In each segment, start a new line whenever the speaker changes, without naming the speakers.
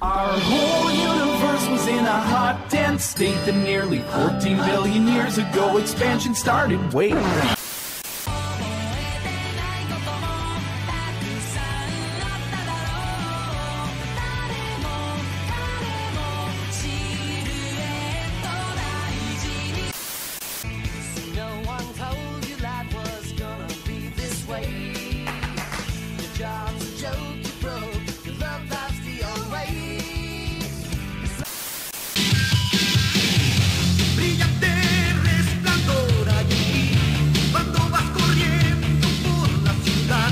Our whole universe was in a hot, dense state that nearly 14 billion years ago expansion started. Wait.
No one told you life was gonna be this way. Your job's a joke, you broke. Your love life's the old way.
Brillante resplandor hay en ti cuando vas corriendo por la ciudad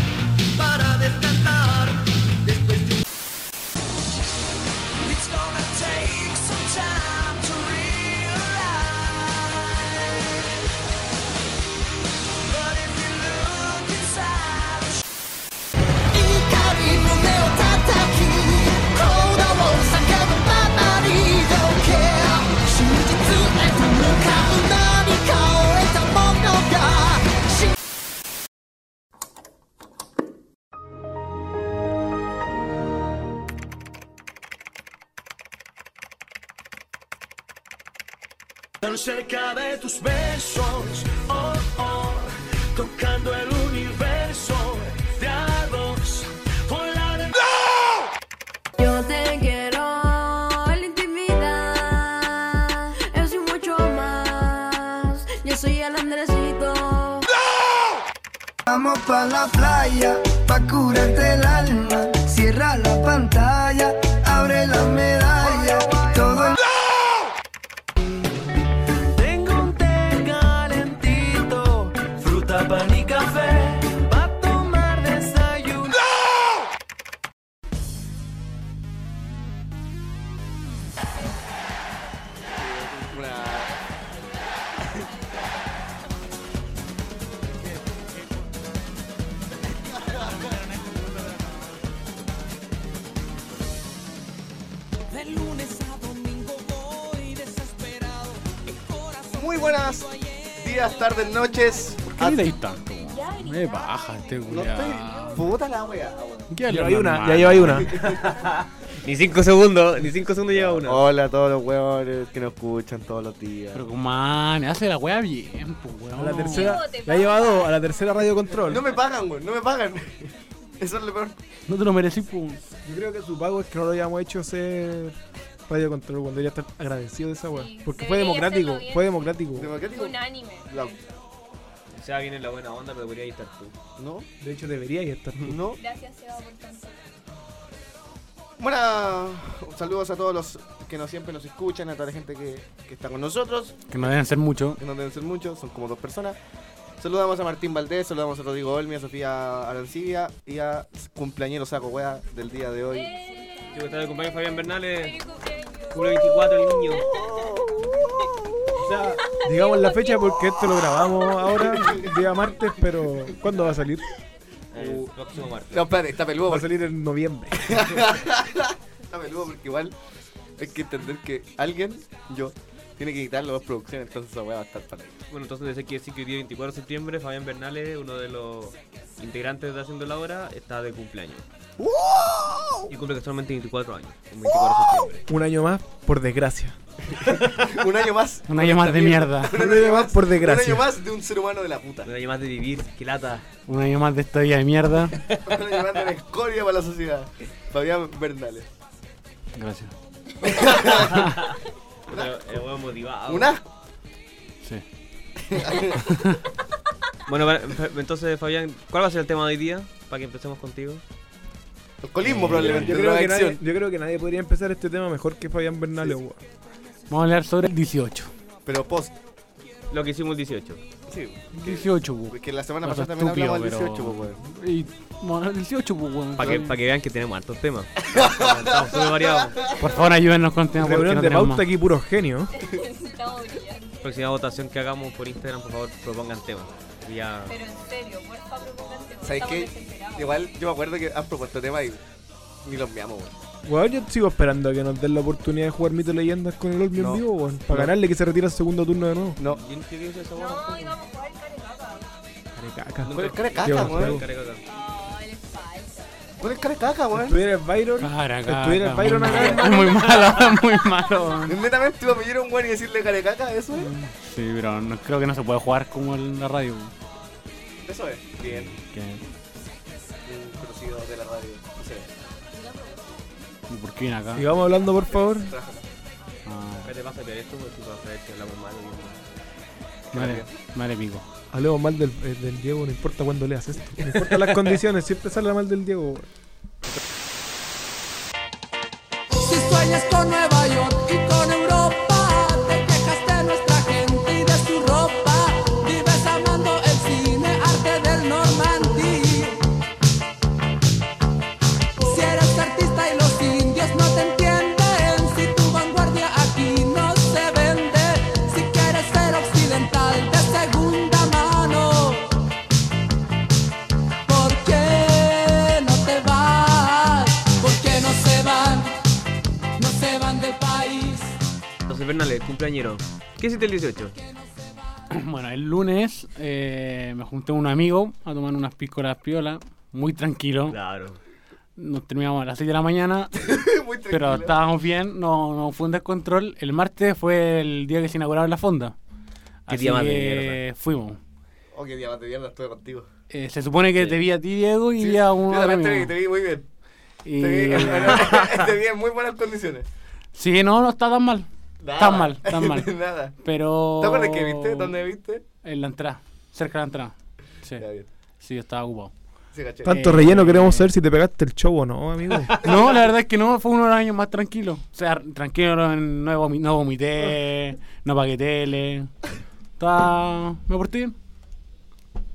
para descansar después de un
It's gonna take some time to realize. But if you look inside, 怒り胸を叩き、鼓動を叫ぶばかり Don't care 真実へと向かう何かを得たものが真
Tan cerca de tus besos, oh oh, tocando el universo de a dos, volar en...
Yo te quiero en la intimidad. Yo soy mucho más. Yo soy el Andresito.
Vamos pa la playa, pa curarte el alma. Cierra la pantalla, abre la medalla. Todo el
Tengo un té calentito, fruta, pan y café, va a tomar desayuno.
De lunes a domingo voy desesperado. El corazón
Muy buenas días, tardes, noches.
¿Qué le dais tanto? weón? Me baja este
No estoy.
culiao.
Puta la wea, weón.
¿Qué habla
Ya hay una,
normal?
ya lleva ahí una. ni cinco segundos, ni cinco segundos lleva una.
Hola a todos los huevones que nos escuchan todos los días.
Pero man, hace la wea bien, pues weón.
A la tercera, la ha llevado a la tercera radio control.
No me pagan, weón, no me pagan. Eso es lo peor.
No te lo merecí, pues.
Yo creo que su pago es que no lo hayamos hecho ser radio control. Cuando debería estar agradecido de esa weá.
Sí,
Porque fue
debería
democrático,
hacerlo bien.
fue democrático.
¿Democrático?
Unánime.
La-
O sea, viene la buena onda, pero debería estar tú.
No,
De hecho, debería estar tú.
no.
Gracias, Seba, por tanto.
Bueno, saludos a todos los que no siempre nos escuchan, a toda la gente que, que está con nosotros,
Que no deben ser mucho.
que no deben ser muchos, son como dos personas. Saludamos a Martín Valdés, saludamos a Rodrigo Olmi, a Sofía Arancibia y a cumpleañero Saco Wea del día de hoy.
¡Eh!
Yo estaba de compañero Fabián Bernales,
¡Feliz cumpleaños!
cumple 24 el niño. Digamos la fecha porque esto lo grabamos ahora, día martes, pero ¿cuándo va a salir?
Uh,
El
próximo martes.
No, espérate, está peludo,
Va a
porque,
salir en noviembre.
está peludo porque igual hay que entender que alguien, yo, tiene que quitar las dos producciones, entonces esa wea va a estar para ahí.
Bueno, entonces desde que decir que el día 24 de septiembre Fabián Bernales, uno de los integrantes de Haciendo la Hora, está de cumpleaños. Y cumple casualmente 24 años, el 24 de septiembre.
Un año más, por desgracia.
Un año más.
Una llamada de mierda.
Un año más, por
Un
desgracia.
año más de un ser humano de la puta.
Me da más de vivir, qué lata.
Una llamada de esta vida de mierda.
Ahora llevando la escoria para la sociedad. Fabián Bernales.
Gracias.
Pero el weón motivado.
Un asco.
Sí.
Bueno, para- fa- entonces Fabián, ¿cuál va a ser el tema de hoy día? Para que empecemos contigo.
Alcoholismo probablemente.
Yo creo, que nadie,
drogadicción.
yo creo que nadie podría empezar este tema mejor que Fabián Bernales. weón.
Ah, Vamos a hablar sobre el 18.
Pero post.
Lo que hicimos el 18.
Sí.
18, pues.
Porque la semana
No sea
pasada también
estúpido,
hablamos del
pero-
18, pues, weón.
Y, bueno, el 18, pues, weón.
Para que, pa' que vean que tenemos hartos temas. Estamos estamos súper variados.
Por favor, ayúdenos con el tema. porque
Reunión
no
de
tenemos
pauta
más.
aquí, puro genio.
Estamos brillando.
Próxima votación que hagamos por Instagram, por favor, propongan temas. Y Ya...
Pero en serio, por favor, pónganse.
¿Sabes
estamos
qué?
desesperados.
Igual yo me acuerdo que has propuesto temas y ni los meamos, weón.
Weón, yo sigo esperando a que nos den la oportunidad de jugar Mito Leyendas con el Olmi
No.
en vivo, weón. Para
No.
ganarle que se retira el segundo turno de nuevo.
No.
¿Quién qué dice esa weá?
No, íbamos a jugar cara de papa.
Carecaca.
Pero es cara de
Qué
caca,
buen
weón.
juego.
Carga acá.
Oh, les falta.
¿Cuál es cara de caca, weón?
Estuviera el Byron.
Cara, cara,
Estuviera el Byron
muy
acá.
malo, Muy malo, muy malo. weón.
¿Es netamente iba a pedir a un weón y decirle cara de caca? ¿Eso es?
Sí, pero no, creo que no se puede jugar como en la radio. weón.
Eso es. Bien.
Que-
Un conocido de la radio. No sé.
¿Y por qué viene acá?
Y vamos hablando, por favor.
Ah,
¿Qué te pasa que esto? Porque tú vas a ver que hablamos mal. y-
madre, madre pico.
Hablemos mal del, eh, del Diego, no importa cuándo leas esto. No importa las condiciones, siempre sale mal del Diego.
Si sueñas con Nueva York y con Europa, te quejas de nuestra gente y de su ropa. Vives amando el cine, arte del Normandí. Si eres artista y los indios no te entienden, si tu vanguardia aquí no se vende, si quieres ser occidental de segunda mano. ¿Por qué no te vas? ¿Por qué no se van? No se van del país.
Entonces, Bernales, cumpleañero. ¿Qué hiciste el 18?
Bueno, el lunes eh, me junté con un amigo a tomar unas pícolas piola, muy tranquilo.
Claro.
Nos terminamos a las 6 de la mañana,
Muy tranquilo.
pero estábamos bien, no, no fue un descontrol. El martes fue el día que se inauguraba la fonda.
Qué
Así
día más de
que fuimos.
Oh, qué día más de mierda, estuve contigo.
Eh, se supone que te vi a ti, Diego, y
Sí,
vi a un
yo
otro
también te vi,
amigo.
te vi muy bien.
Y-
Te vi, te vi en muy buenas condiciones.
Sí, no, no está tan mal.
Nada.
Tan mal, tan mal. Oh.
Nada.
Pero.
¿Te acuerdas que viste? ¿Dónde viste?
En la entrada, cerca de la entrada. Sí,
Ya, bien.
sí, yo estaba ocupado.
Sí, caché.
Tanto
Eh,
relleno queremos saber si te pegaste el show o no, amigo.
No, la verdad es que no, fue uno de los años más tranquilos. O sea, tranquilo, no, no vomi- no vomité, no pagué tele. Estaba- Me porté bien.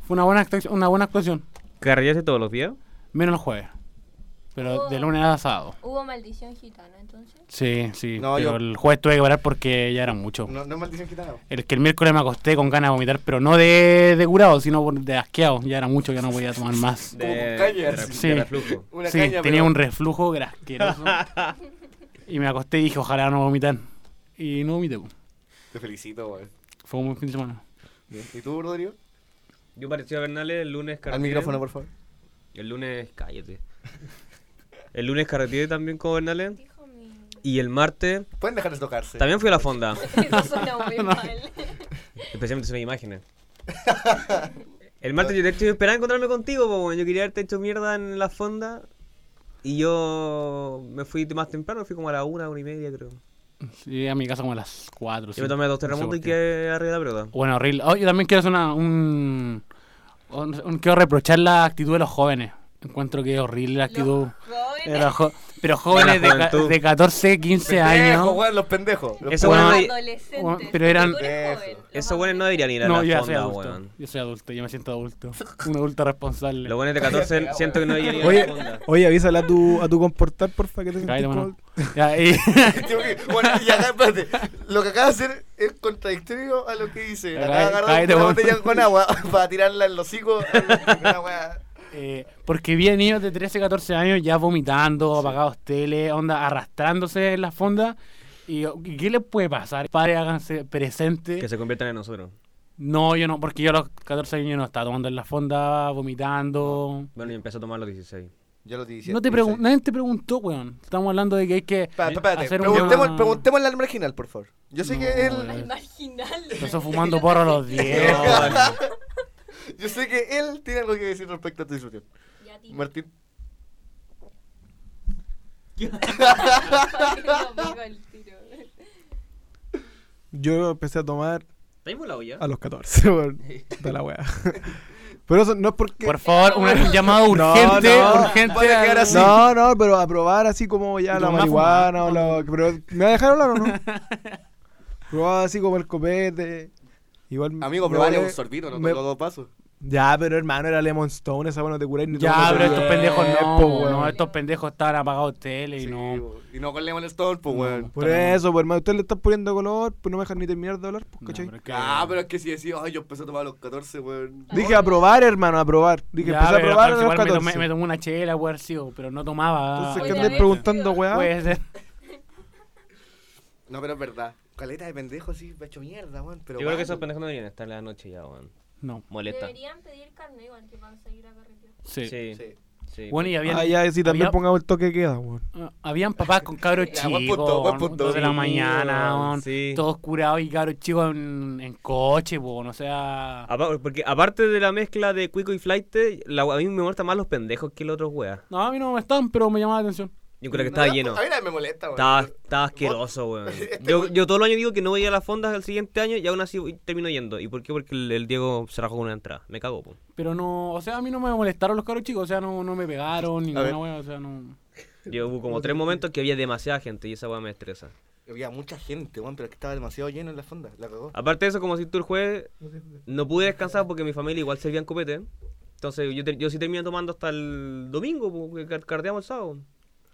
Fue una buena, actuación, una buena actuación.
¿Carrellaste todos los días?
Menos los jueves. Pero de lunes a sábado.
Hubo maldición gitana, entonces.
Sí, sí.
No,
pero
yo-
el jueves tuve que parar porque ya era mucho.
No, no es maldición gitana.
El que el miércoles me acosté con ganas de vomitar, pero no de, de curado, sino por- de asqueado. Ya era mucho, ya no podía tomar más.
Como con caña,
re-
sí.
de reflujo.
Una
sí,
caña,
tenía
pero-
un reflujo que era asqueroso. y me acosté y dije, ojalá no vomitar. Y no vomité. po.
Te felicito, weón.
Fue un buen fin de semana.
Bien. ¿Y tú, Rodrigo?
Yo parecí a Bernales el lunes
Al
carreteé.
micrófono, por favor.
El lunes, cállate. El lunes carreteé también con Bernales. Y el martes
Pueden dejar de tocarse.
también fui a la fonda.
Eso suena muy mal.
Especialmente sus imágenes. El martes yo de hecho esperaba encontrarme contigo, po, weón. yo quería haberte hecho mierda en la fonda. Y yo me fui más temprano, fui como a la una, una y media creo.
Llegué a mi casa como a las 4.
Yo me tomé dos terremotos y quedé arriba de la pelota.
Bueno, horrible. Oh, yo también quiero hacer una, un, un- un- Quiero reprochar la actitud de los jóvenes. Encuentro que es horrible la actitud. de
Jóvenes.
los jo- pero jóvenes de, ca-
juventud.
de 14, 15 años.
Pendejos, weón, los pendejos. Los
Eso
Bueno,
bueno,
Adolescentes.
bueno, pero eran-
Tú eres joven, los
eso bueno no
adolescentes.
deberían ir a
No, yo
la
ya soy
fonda,
adulto.
weón.
Yo soy adulto, yo me siento adulto. Un adulto responsable.
Los buenos de 14 siento que no deberían ir a
Oye,
la fonda.
oye avísale a tu, a tu comportar, porfa, que te
Cállate,
sentís
mano.
como...
Ya, y-
Tengo que- Este bueno, y acá, espérate. Lo que acaba de hacer es contradictorio a lo que dice. Acaba de
Ay,
agarrar
cállate,
una
weón.
botella con agua para tirarla en el hocico. Una weá.
eh, porque vi a niños de 13, 14 años ya vomitando, apagados tele, onda, arrastrándose en las fondas. Y y ¿qué les puede pasar? Padres, háganse presentes.
Que se conviertan en nosotros.
No, yo no, porque yo a los 14 años yo no estaba tomando en la fonda, vomitando.
Bueno, yo empecé a tomar a los 16.
Ya lo dije.
No te pregun- nadie te preguntó, weón. Estamos hablando de que hay que
Espérate, espérate.
hacer un
Preguntemos,
tema-
preguntémosle al marginal, por favor. Yo sé
No,
que
weón.
él.
Al marginal.
Empezó fumando porro a los 10.
Yo sé que él tiene algo que decir respecto a tu discusión.
Ya, tío.
Martín.
Conmigo al tiro.
Yo empecé a tomar
¿Estáis volado ya?
a los 14, weón. Puta la wea. Pero eso no es porque...
Por favor, una- un llamado
No,
urgente,
no.
urgente.
Vale, que
al-
ahora sí.
No, no, pero a probar así como ya
¿Y
la
tomar
marihuana o la... Pero, ¿Me va a dejar hablar o no? probar así como el copete. Igual...
Amigo,
me
pero vale
vale-
un sorbito, no
me-
tengo dos pasos.
Ya, pero hermano, era Lemon Stone, esa bueno te curáis ni
Ya,
tomando
pero estos
sorbito.
pendejos no,
Po,
po,
weón.
no, estos pendejos estaban apagados tele y
Sí,
no.
po. Y no con Lemon Stone, pues, weón.
Por eso, pues hermano, usted le está poniendo color, pues no me dejan ni terminar de hablar, pues,
No,
¿cachai?
pero es que-
Ah, pero es que si decís, ay, yo empecé a tomar a los 14, weón.
Dije a probar, hermano, a probar. Dije,
Ya,
empecé a
pero
probar a
igual
los
me
14.
tomé- Me tomé una chela, weón, sí, pero no tomaba. Pues,
Entonces,
Oye,
¿qué
a
andáis
ver,
preguntando,
tío.
weá?
Puede ser.
No, pero es verdad. Caleta de pendejo, sí, me ha hecho mierda, weón. Pero
Yo creo que
vamos.
esos pendejos no deberían estar en la noche ya, weón.
No,
Molesta.
Deberían pedir carne igual que van a seguir a carretera.
sí.
Sí.
Sí.
Bueno, y habían,
Ah, ya, si también
había-
pongamos el toque de queda, weón.
ah, habían papás con cabros
Ya,
chicos,
buen punto, buen
weón,
punto.
dos de la
Sí,
mañana,
weón,
weón,
sí.
todos curados y cabros chicos en, en coche, weón, o sea...
Ah.
Apa- Porque aparte de la mezcla de cuico y flight, la, a mí me molestan más los pendejos que los otros weas.
No, a mí no me están, pero me llamaba la atención.
Yo creo que estaba lleno.
A mí nadie me molesta, weón.
Estaba, estaba asqueroso, Este weón. Yo, yo todo el año digo que no voy a las fondas el siguiente año y aún así voy- termino yendo. ¿Y por qué? Porque el, el Diego se rajó con una entrada. Me cago, po.
Pero no, o sea, a mí no me molestaron los cabros chicos, o sea, no, no me pegaron,
ver.
ninguna wea, o sea, no...
Yo hubo como tres momentos que había demasiada gente y esa weá me estresa.
Había mucha gente, weón, pero es que estaba demasiado lleno en la fonda. La cagó.
Aparte de eso, como si tú el jueves no pude descansar porque mi familia igual servían copete. Entonces yo, te- yo sí terminé tomando hasta el domingo, porque car- cardeamos el sábado.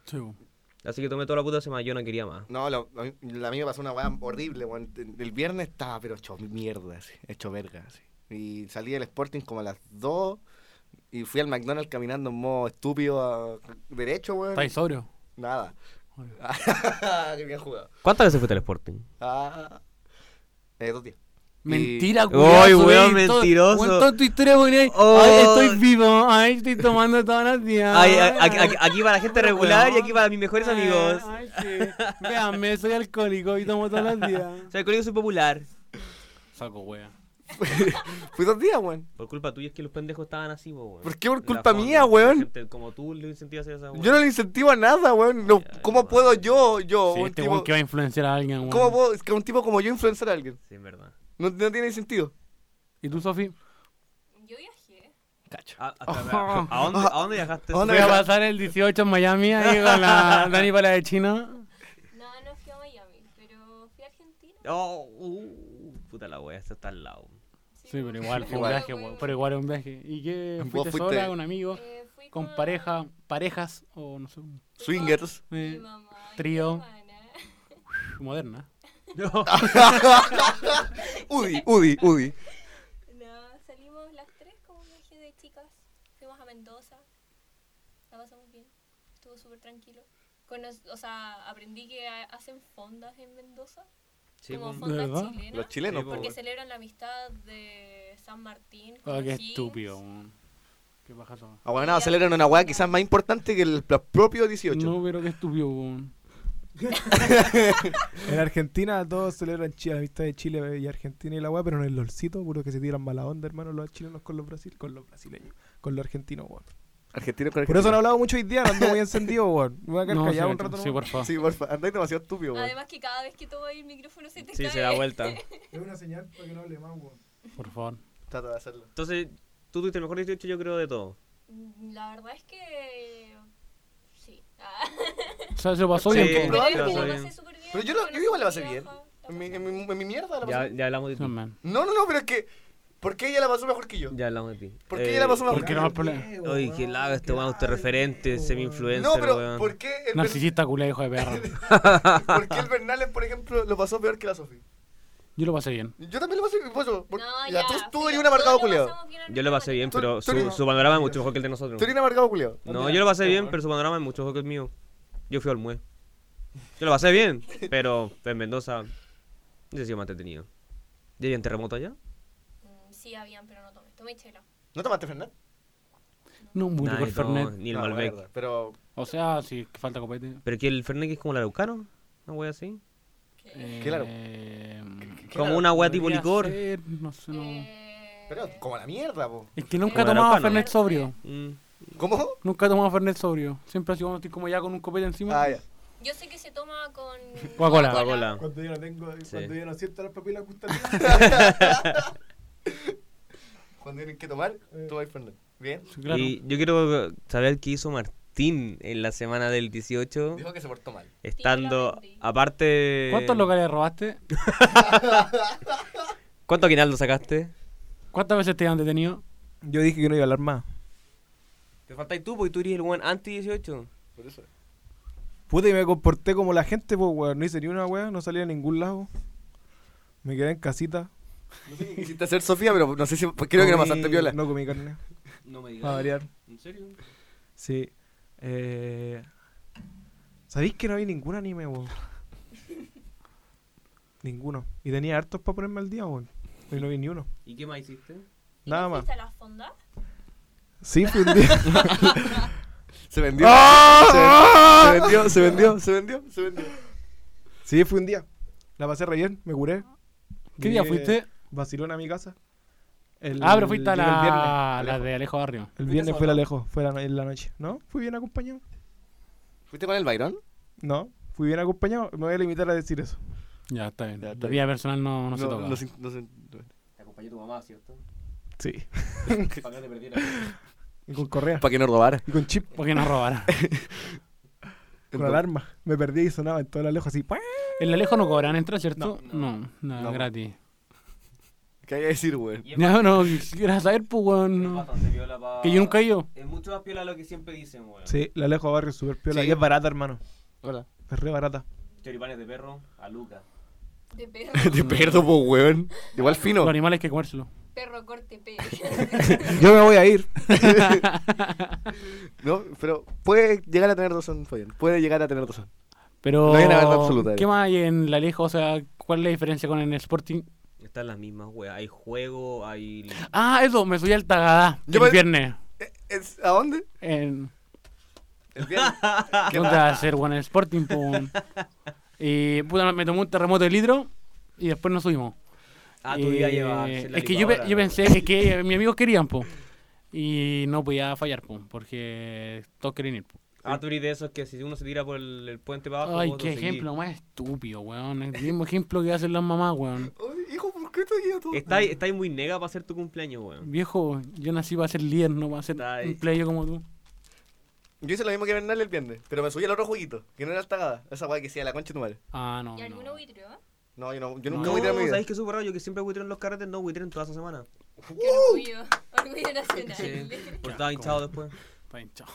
Sí, weón.
Así que tomé toda la puta semana, yo no quería más.
No, lo- a mí- la mía pasó una weá horrible, weón. El viernes estaba, pero hecho mierda, así, hecho verga, así. Y salí del Sporting como a las 2 y fui al McDonald's caminando en modo estúpido a- derecho, weón.
¿Estáis sobrio?
Nada. Qué bien jugado.
¿Cuántas veces fuiste al Sporting?
Ah. Eh, dos días.
Mentira,
Ay,
subí
weón,
todo-
mentiroso.
weón, toda tu historia, weón, ahí,
Oh.
ay, estoy vivo, ay, estoy tomando todos los días.
Ay, a- a- a- aquí va la gente regular y
weón.
aquí va mis mejores amigos.
Ah. Ay, sí. Véanme, soy alcohólico y tomo todos los días.
O sea, el colegio soy popular.
Saco, wea.
Fui dos días, weón.
Por culpa tuya es que los pendejos estaban así, po, weón.
¿Por qué por
En la
culpa
fonda,
mía,
la
weón?
gente como tú le incentivas a hacer esa weón.
Yo no le incentivo a nada, weón. No, ¿Cómo puedo yo, yo,
Sí,
un
este
tipo-
weón que va a influenciar a alguien, weón.
¿Cómo puedo, es que un tipo como yo influenciar a alguien?
Sí, es verdad.
No, no tiene sentido.
¿Y tú, Sofi?
Yo viajé.
Ah, hasta- ¿A, dónde, ¿A dónde viajaste?
¿A dónde
Voy a pasar el 18 en Miami ahí con la Dani Pala de China.
No, no fui a Miami, pero fui a Argentina.
Oh, uh, puta la wea, esto está al lado.
Sí, pero igual fue un
Igual.
viaje, weón. Pero igual es un viaje. ¿Y qué?
¿Vos
¿Fuiste,
fuiste-
sola, con amigos,
Eh, fui
con pareja, parejas o no sé,
Swingers.
mi
eh,
mamá y mi
trío.
hermana.
moderna?
Udi, Udi, Udi.
No, salimos las tres como un viaje de chicas. Fuimos a Mendoza. La pasamos bien. Estuvo súper tranquilo. Conoc- o sea, aprendí que ha- hacen fondas en Mendoza.
Sí,
como
po.
fondas
¿Verdad?
chilenas.
Los chilenos,
Sí,
po,
Porque
weón.
celebran la amistad de San Martín. con
Ah,
los
qué
Higgins.
estúpido, weón. Qué paja todo.
Ah, bueno, nada, celebran una weá quizás más importante que el, los propios 18.
No, pero qué estúpido, weón.
En Argentina todos celebran Chile, la amistad de Chile y Argentina y la weá, pero en el lolcito, puro que se tiran mala onda, hermano, los chilenos con los brasil, con los brasileños, con los argentinos, weón.
Argentinos con
Por eso
argentinos.
no he hablado mucho hoy día, no ando muy encendido, weón. Me voy a quedar
No,
callado un
sí,
rato.
sí, por favor.
Sí, porfa, andáis demasiado estúpido, weón.
Además que cada vez que tomo ahí el micrófono se te
Sí,
cae.
se da vuelta.
Es una señal para que no hable más, weón.
Por favor.
Trata de hacerlo.
Entonces, tú tuviste el mejor 18, yo creo, de todo.
Mm, La verdad es que... Sí. Ah.
O sea, se pasó
Sí,
bien.
Pero
todo.
es que la
probable.
pasé
bien.
súper bien,
Pero yo, lo,
conocí
yo igual la pasé bien.
vieja, la
En mi,
pasé
en mi, en mi mierda la pasé
Ya, ya hablamos de
Sí,
ti.
man.
No, no, no, pero es que. ¿Por qué ella la pasó mejor que yo?
Ya hablamos de ti. Eh,
¿Por qué ella la pasó mejor
¿Por
que
qué
yo?
no más problema?
Oye, qué lago este weón, autorreferente, semi-influencer,
No, pero
weón.
¿por qué el, Ber-
Narcisista culé, hijo de perra.
¿por qué el Bernales, por ejemplo, lo pasó peor que la Sofi?
Yo lo pasé bien.
Yo también lo pasé peor.
bien.
Por...
No,
ya, tú, tú
filo,
eres un amargado
todos lo
culiado.
pasamos bien al
Yo lo
mismo
pasé bien,
Tú-
pero
tú
su,
eres-
su panorama es mucho mejor que el de nosotros.
Tú eres un amargado culiado.
No, yo lo pasé bien, pero su panorama es mucho mejor que el mío. Yo fui al MUE. Yo lo pasé bien, pero en Mendoza no sé si más entretenido. ¿Y había un terremoto allá?
tiempo. Mm, Sí, habían, pero no tomé. Tomé chela.
¿No tomaste Fernet?
No, muy
Nah,
rico el
no,
Fernet.
ni el
Ah,
Malbec.
mierda, Pero.
O sea, si que falta copete.
Pero que el Fernet que es como el araucano, una wea así.
Claro.
Eh,
Como una wea tipo
podría
licor.
ser, no sé, no.
Eh,
Pero como la mierda, po.
Es que nunca he
Como
tomado
araucano.
Fernet sobrio.
Mm.
¿Cómo?
Nunca he tomado Fernet sobrio. Siempre ha sido cuando estoy como ya con un copete encima.
Ah, ya.
Yo sé que se toma con...
Coca-Cola.
Coca-Cola.
Cuando yo no tengo,
cuando
yo no siento las papilas gustativas.
Cuando tienen que tomar,
Eh.
tomáis Fernet. Bien.
Sí, claro.
Y yo quiero saber qué hizo Martín en la semana del 18,
Dijo que se portó mal.
estando aparte...
¿Cuántos locales robaste?
¿Cuánto aguinaldo sacaste?
¿Cuántas veces te han detenido?
Yo dije que no iba a hablar más.
Te faltáis tú, porque tú eres el buen anti-18.
Por eso.
Puta, y me comporté como la gente, pues, weón. No hice ni una weá, no salí a ningún lado. Me quedé en casita.
No sé qué quisiste hacer Sofía, pero no sé si. Creo que era
Comí-
bastante viola.
No comí carne.
No me
Para variar.
¿En serio?
Sí. Eh... ¿Sabéis que no vi ningún anime, weón? Ninguno. Y tenía hartos para ponerme al día, weón. Y no vi ni uno.
¿Y
Mm.
qué más hiciste?
¿Y
Nada
no
más.
fuiste a la fonda?
Sí, fui un día.
Se vendió.
¡Ah!
Se, vendió, se vendió, se vendió, se vendió.
Sí, fue un día. La pasé re bien, me curé.
¿Qué día
Llegué
fuiste?
Vacilón a mi casa. El-
Ah, pero fuiste a
llegué el viernes.
la, la de Alejo Barrio.
El viernes fue la lejos, fue la, en la noche. ¿No? Fui bien acompañado.
¿Fuiste con el Byron?
No, fui bien acompañado. Me voy a limitar a decir eso.
Ya, está bien.
Ya, está
La vida personal no, no, se toca.
no se- no se- no.
Te acompañó tu mamá, ¿cierto?
Sí.
Para que no te perdieras.
Y con correa.
Para que no robara.
Y con chip.
Porque nos robaron.
Con alarma. Me perdí y sonaba en todo el lejos así. ¡pua!
El Alejo no cobran entra, ¿cierto? No, no,
No.
gratis.
¿Qué hay que decir, weón?
Ya, no, quisiera saber, pues, weón. no. Que yo nunca he ido.
Es mucho más piola lo que siempre dicen, weón.
Sí, la lejos barrio es súper piola.
Sí.
Y es barata, hermano.
Hola.
Es re barata.
Choripanes de perro a Luca.
De perro,
Te perdo, po, weón. Igual fino.
Los animales hay que comérselo.
perro corte pe.
Yo me voy a ir.
No, pero puede llegar a tener razón, Fabián. Puede llegar a tener razón.
Pero.
No hay una verdad absoluta,
¿Qué más hay en el Alejo? O sea, ¿cuál es la diferencia con el Sporting?
Están las mismas, weón. Hay juego, hay.
Ah, eso, me subí al Tagadá.
Yo
el
me-
viernes.
Eh, ¿Es- ¿A dónde?
En...
El viernes.
¿Qué onda hacer, weón? En el Sporting, pues. weón. Y puta, me tomó un terremoto de litro y después nos subimos.
Ah, tu día
Eh,
lleva.
Es que yo, pe- yo pensé es que eh, mis amigos querían, po. Y no podía fallar, po, porque todos querían ir. po.
Ah, tú eres de esos que si uno se tira por el, el puente para abajo.
Ay,
vos
qué
Ah, seguís.
ejemplo más estúpido, weón. El mismo ejemplo que hacen las mamás, weón.
Oye, hijo, ¿por qué te guía todo?
Estáis estáis muy nega para hacer tu cumpleaños, weón.
Viejo, yo nací para ser líder, no para ser
Ay.
un playo como tú.
Yo hice lo mismo que Bernal el viernes, pero me subí al otro jueguito, que no era tagada. Esa weá que decía la concha de tu madre.
Ah, no.
¿Y alguno
no.
buitreó?
No, yo, no, yo
No,
nunca voy a tirar mi vida.
sabéis que es súper raro. Yo que siempre huitreo en los carretes, no huitreo en toda esa semana.
Qué orgullo, orgullo nacional.
Sí, porque estaba hinchado después.
Está bien, chao.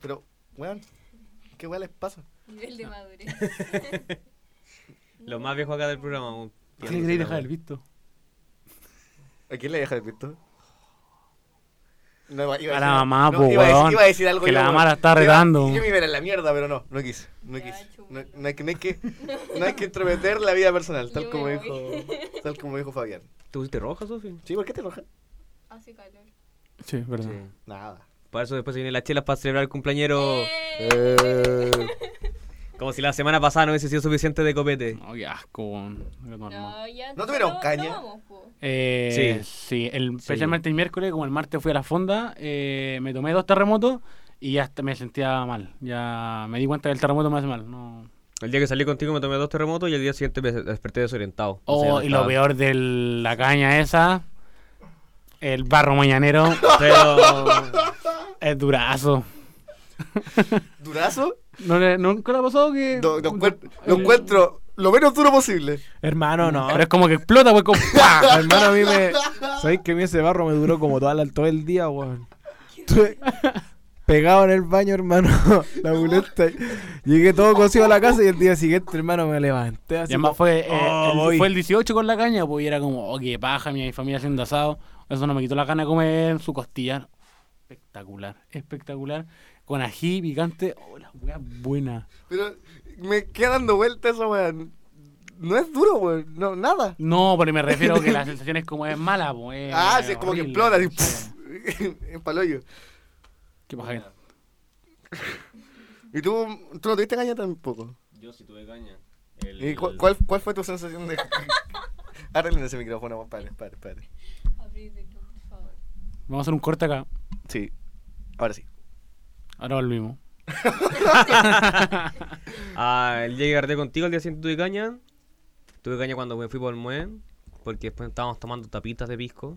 Pero, weón, ¿qué weá les pasa?
Nivel de madurez.
Los más viejos acá del programa, weón.
¿Qué le queréis dejar el visto?
¿A quién le deja el visto? No, iba, iba
A
decir-
la mamá,
no,
po,
iba a decir-
weón,
iba a decir algo
que
yo,
la
weón.
mamá la está
Iba-
retando.
Yo me iba a ir a la mierda, pero no, no quise. No
Ya,
quise.
chulo.
No, no hay que, no, hay que, no hay que entrometer la vida personal, tal
Yo
como
me
dijo, tal como dijo Fabián.
¿Te pusiste roja, Sofi?
¿Sí? ¿Por qué te enojas?
Hace calor.
Sí, verdad.
Nada.
Para eso después se vienen las chelas para celebrar el cumpleañero.
Eh.
Eh.
Como si la semana pasada no hubiese sido suficiente de copete.
No, qué asco, weón. Voy a tomar más.
No, ya
¿No tuvieron caña?
tomamos, po.
Eh, sí. el, especialmente el miércoles, como el martes fui a la fonda, eh, me tomé dos terremotos y ya hasta me sentía mal. Ya me di cuenta que el terremoto me hace mal. No.
El día que salí contigo me tomé dos terremotos y el día siguiente me desperté desorientado. O sea,
Oh,
no
y lo
estaba-
peor de la caña esa, el barro mañanero,
Pero...
es durazo.
¿Durazo?
¿No le, ¿Nunca le ha pasado
Eh,
que...?
Lo, lo encuent- lo encuentro lo menos duro posible.
Hermano, no.
Pero es como que explota, pues, como... ¡pah!
Hermano, a mí me. ¿Sabéis que a mí ese barro me duró como toda la- todo el día, weón? Estuve Pegado en el baño, hermano, la muleta. Llegué todo cocido a la casa y el día siguiente, hermano, me levanté
Y
así.
además
como,
fue, eh,
"Oh,
el,
voy".
fue el 18 con la caña, pues, y era como, oh, qué paja, mi familia haciendo asado. Eso no me quitó la gana de comer su costillar. Espectacular, espectacular. Con ají, picante. Oh, la wea buena.
Pero me queda dando vueltas esa weá. No es duro, weón. No, nada.
No, pero me refiero que la sensación es como es mala, pues. es
ah, sí, es como que
horrible.
explota así. pff, en paloyo.
Qué paja que-
¿Y tú, tú no tuviste caña tampoco?
Yo sí tuve caña.
¿Y cu- cuál, cuál fue tu sensación de.? Arreglen ese micrófono, padre, padre, padre.
Abrídelo, por favor.
Vamos a hacer un corte acá.
Sí, ahora sí.
Ahora volvimos.
Ah, el día que agarré contigo, el día siguiente tuve caña. Tuve caña cuando me fui por el Mue, porque después estábamos tomando tapitas de pisco,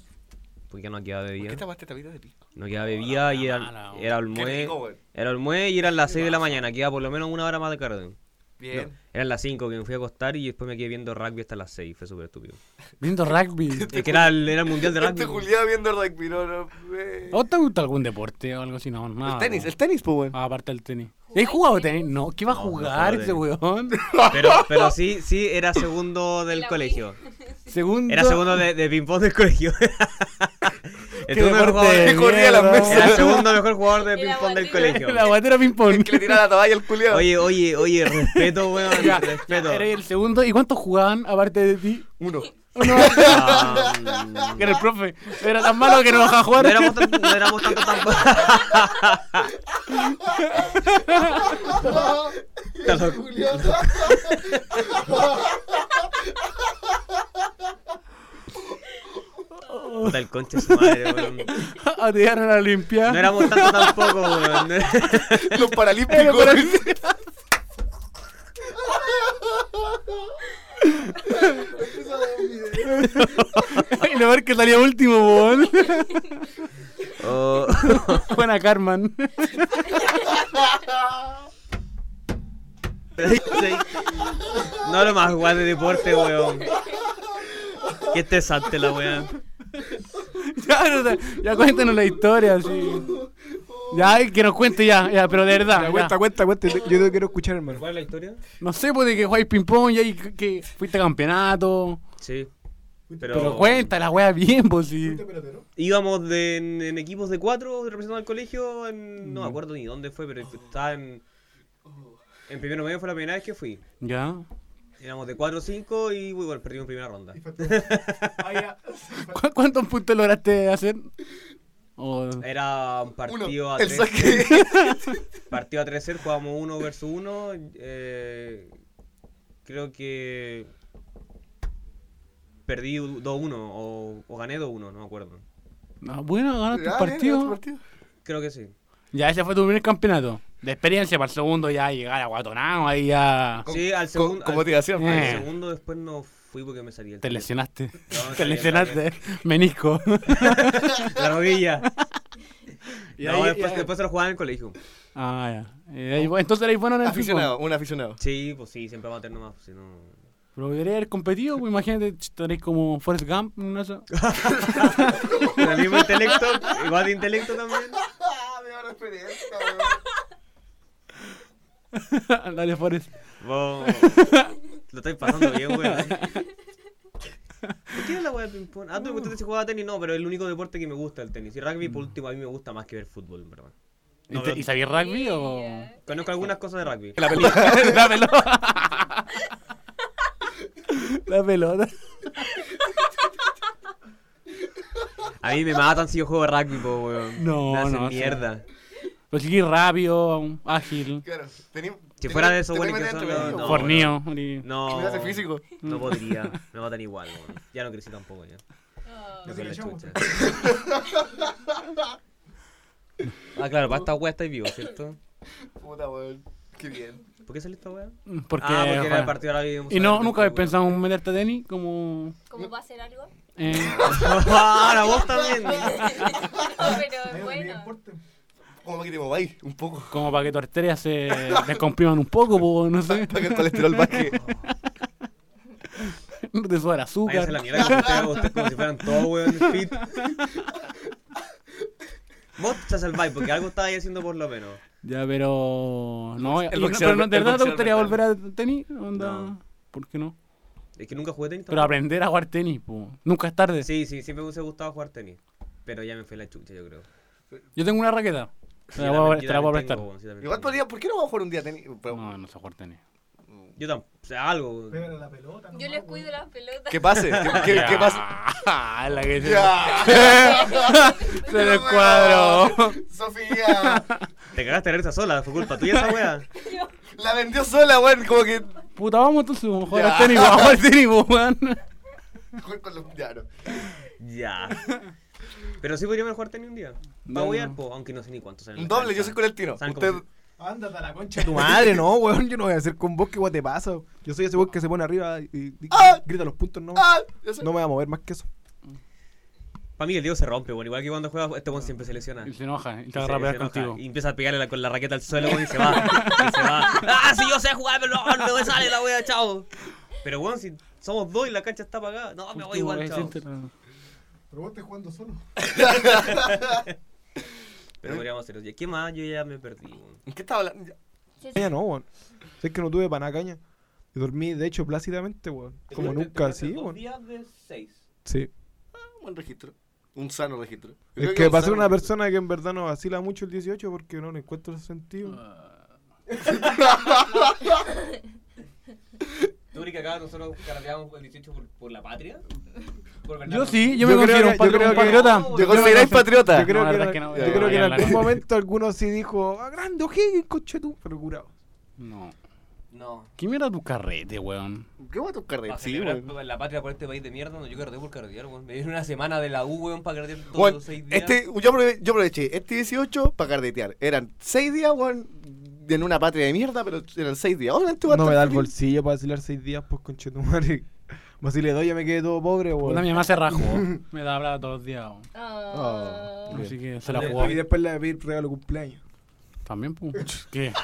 porque ya no quedaba
¿Por qué
bebida.
tapaste esta vida de Oh, pico?
No quedaba bebida y
mala,
era,
weón.
era el
Qué
Mue.
rico, weón.
Era el Mue y eran las 6 de la mañana, quedaba por lo menos una hora más de tarde.
Bien.
Eran las 5 que me fui a acostar y después me quedé viendo rugby hasta las 6, fue súper estúpido.
Viendo rugby.
Es Este que era el, era el mundial de
Este
rugby.
Julián viendo rugby, no, no. eh.
¿O te gusta algún deporte o algo así? No, nada.
el tenis,
po.
el tenis, pues, weón.
Ah, aparte del tenis. ¿Has jugado tenis? No, ¿qué va a
No, no
jugar
juego
ese weón?
Pero, pero sí, sí, era segundo del
La
colegio.
Segundo.
Era segundo de, de ping-pong del colegio. el segundo mejor
deporte
jugador,
de
que corría la
mierda.
era el segundo mejor jugador de
Era
ping-pong del
guatita.
colegio.
La guatera ping-pong.
Que le tiraba la toalla al culiado.
Oye, oye, oye, respeto, weón,
Ya, ya,
respeto.
eres el segundo. ¿Y cuántos jugaban aparte de ti?
Uno.
¿O no? que era el profe. Era tan malo que no bajaba a
No
jugar.
éramos, tan- no éramos tanto tampoco.
Julián.
Puta el conche de su madre, weón.
Ah, te llegaron a limpiar.
No éramos tanto tampoco, weón. No era-
Los
Era
paralímpicos.
para- y lo ver que salía último, weón.
Oh.
Buena Carmen.
Pero ahí- ahí- No lo más guay de deporte, weón. Qué estresante la weá.
ya, no sé, ya cuéntanos la historia, sí. Ya, ay, que nos cuente ya, ya, pero de verdad.
Ya,
ya.
cuenta, cuenta, cuenta. Yo te quiero escuchar, hermano.
¿Cuál es la historia?
No sé, pues de que jugáis ping-pong y ahí que- que fuiste a campeonato.
Sí. Pero,
Pero cuenta la wea bien, pues sí.
Íbamos de- en, en equipos de cuatro representando al colegio. en- no me acuerdo ni dónde fue, pero estaba en. En primero medio fue la primera vez que fui.
Ya.
Éramos de 4 o 5 y bueno, perdimos primera ronda.
¿Cu- ¿Cuántos puntos lograste hacer? O-
Era un partido a
el
3.
saque.
Partido a 3 jugábamos 1 versus 1. creo que perdí 2-1 o, o gané 2-1, no me acuerdo.
Ah, bueno, ganaste el
Ah, bien, otro
partido.
partido.
Creo que sí.
Ya, ese fue tu primer campeonato. De experiencia para el segundo ya llegar a Guatonao, ahí ya
Sí, al
Con-
segundo.
con
al-
motivación. pues.
al
Eh.
segundo después no fui porque me salí el
te lesionaste.
está
te
bien,
lesionaste, menisco.
La rodilla. eh,
Y
no,
ahí-
después,
y-
pues, después se lo jugaba en el colegio.
ah, ya. Y ahí- entonces erais bueno en el
Aficionado, un aficionado.
Sí, pues sí, siempre vamos a tener más. Si no...
fútbol. Pero queréis haber competido, pues imagínate, ch- estaréis como Forrest Gump, ¿no? Eso.
Con el mismo intelecto, igual de intelecto también.
Dale, Forrest.
Vos lo estáis pasando bien, weón. ¿Por qué la weá del ping-pong? Ah, tú me preguntaste si jugaba tenis, no, pero es el único deporte que me gusta el tenis. Y rugby, por último, a mí me gusta más que ver fútbol, en verdad.
¿Y,
No,
te-
pero-
y sabías rugby o...?
Conozco algunas cosas de rugby.
La pelota. La pelota. La pelota.
A mí me matan si yo juego rugby, po, weón.
No,
me hacen
no, o sea,
mierda.
Pero sí, rápido, Pues ágil,
Claro. tení-
Si
tení-
fuera de esos
tení
weones que
meter
son.
entretenido,
no,
weón.
fornido. y-
No.
Me hace físico.
No podría. Me matan igual, weón. Ya no crecí tampoco, ya. No sé la chucha. Ah, claro, para esta weá estáis vivo, ¿cierto?
Puta, weón. Qué bien.
¿Por qué salió esta weá?
Porque,
ah, porque era
joder.
el partido de la vida.
¿Y no, nunca
he
habéis pensado en meterte a tenis? Como...
¿Cómo va a ser algo?
eh,
Ahora vos también.
Pero es bueno.
¿Cómo que te mováis? Un poco.
como para que tus arterias se descompriman un poco, po, no sé.
Para que el colesterol baje.
No te suba
Váyanse a
el
la
azúcar.
mierda que ustedes, ustedes como si fueran todos weón fit. Vos te salváis porque algo estabais haciendo por lo menos.
Ya, pero... No, y-
boxeador-
pero no, ¿de
el
verdad te
boxeador
gustaría volver
mental.
a tenis? Onda,
No.
¿Por qué no?
Es que nunca jugué tenis.
Pero
tampoco.
aprender a jugar tenis, po. Nunca es tarde.
Sí, sí, siempre me hubiese gustado jugar tenis. Pero ya me fue la chucha, yo creo.
Yo tengo una raqueta. Te la
Yo
voy a-
también-
te
yo
la voy a
también
prestar.
tengo, weón, sí, también
Igual
tengo.
podría, ¿por qué no vamos a jugar un día tenis? Pero-
No, no sé jugar tenis.
Yo tampoco. O sea, algo.
Yo les cuido las pelotas.
Que pase, que, que- que pase.
Ah, la que se... se
Pero,
descuadró.
weón, Sofía,
Te cagaste de risa sola, fue culpa tuya esa wea.
la vendió sola, weón. Como que.
Puta, vamos entonces, vamos a jugar
Ya.
al tenis, vamos a jugar al tenis, po, weón.
Con- con los- ya, no.
Ya. Pero sí podríamos jugar tenis un día. Va a
No,
huear,
no.
po, aunque no sé ni cuántos años.
Un doble, yo soy colectivo.
¿Saben
Usted,
cómo
Ándate a la concha de tu madre, no, weón. Yo no voy a hacer con vos, que weón te pasa. Yo soy ese weón que se pone arriba y, y-
¡Ah!
grita los puntos, no.
ah, yo soy-
No me voy a mover más que eso.
Para mí el Diego se rompe, bueno, igual que cuando juega, este weón siempre se lesiona.
Y se enoja, y te
Y
va a
se-
rapear
se enoja,
contigo.
Y empieza a pegarle la- con la raqueta al suelo weón, y se va. y se va. Ah, si yo sé jugar, pero no, no me sale la wea, chao. Pero weón, si somos dos y la cancha está apagada, no, me voy igual, chao.
este,
Pero podríamos hacer eso. ¿Qué más? Yo ya me perdí, weón.
¿En qué estaba hablando? Ya.
Caña no, weón. Es que no tuve para nada caña. Y dormí, de hecho, plácidamente, weón. Como nunca, sí, weón.
días de seis.
Sí.
Un buen registro. Un sano registro. Yo creo
Es que
un
para ser
sano
una
registro.
persona que en verdad no vacila mucho el 18 porque no le encuentro
Ah.
sentido.
Tu única acá nosotros carreteamos el 18 por, por la patria? Por Bernardo.
Yo sí, yo me considero un, patri- un patriota.
Yo
me
consideráis
considero-
patriota.
Yo creo
No,
que,
la verdad
en-
es que no,
yo
ya,
creo que en
ya, la
algún
verdad.
momento alguno sí dijo, ¡Ah, grande, O'Higgins, coche tú! Pero curado.
No.
No.
¿Qué mierda tu carrete, weón?
¿Qué voy a tocar de
Para
Pues sí,
celebrar
weón?
la patria por este país de mierda, no, yo carreteo por carretear, weón. Me dieron una semana de la U, weón, para carretear todos
Weón,
los seis días.
este, yo, aprove- yo aproveché este 18 para cardetear. Eran 6 días, weón, en una patria de mierda, pero eran 6 días. Ahora este va a
No me
estar
da el
feliz.
bolsillo para vacilar seis días, pues, conchetumare. Más si le doy, ya me quedé todo pobre,
Una
weón.
mi mamá se rajó. Me da plata todos los días, weón.
Ah.
Bien.
Así que se la jugó.
Y después le pedí regalo cumpleaños.
También, pues. ¿Qué?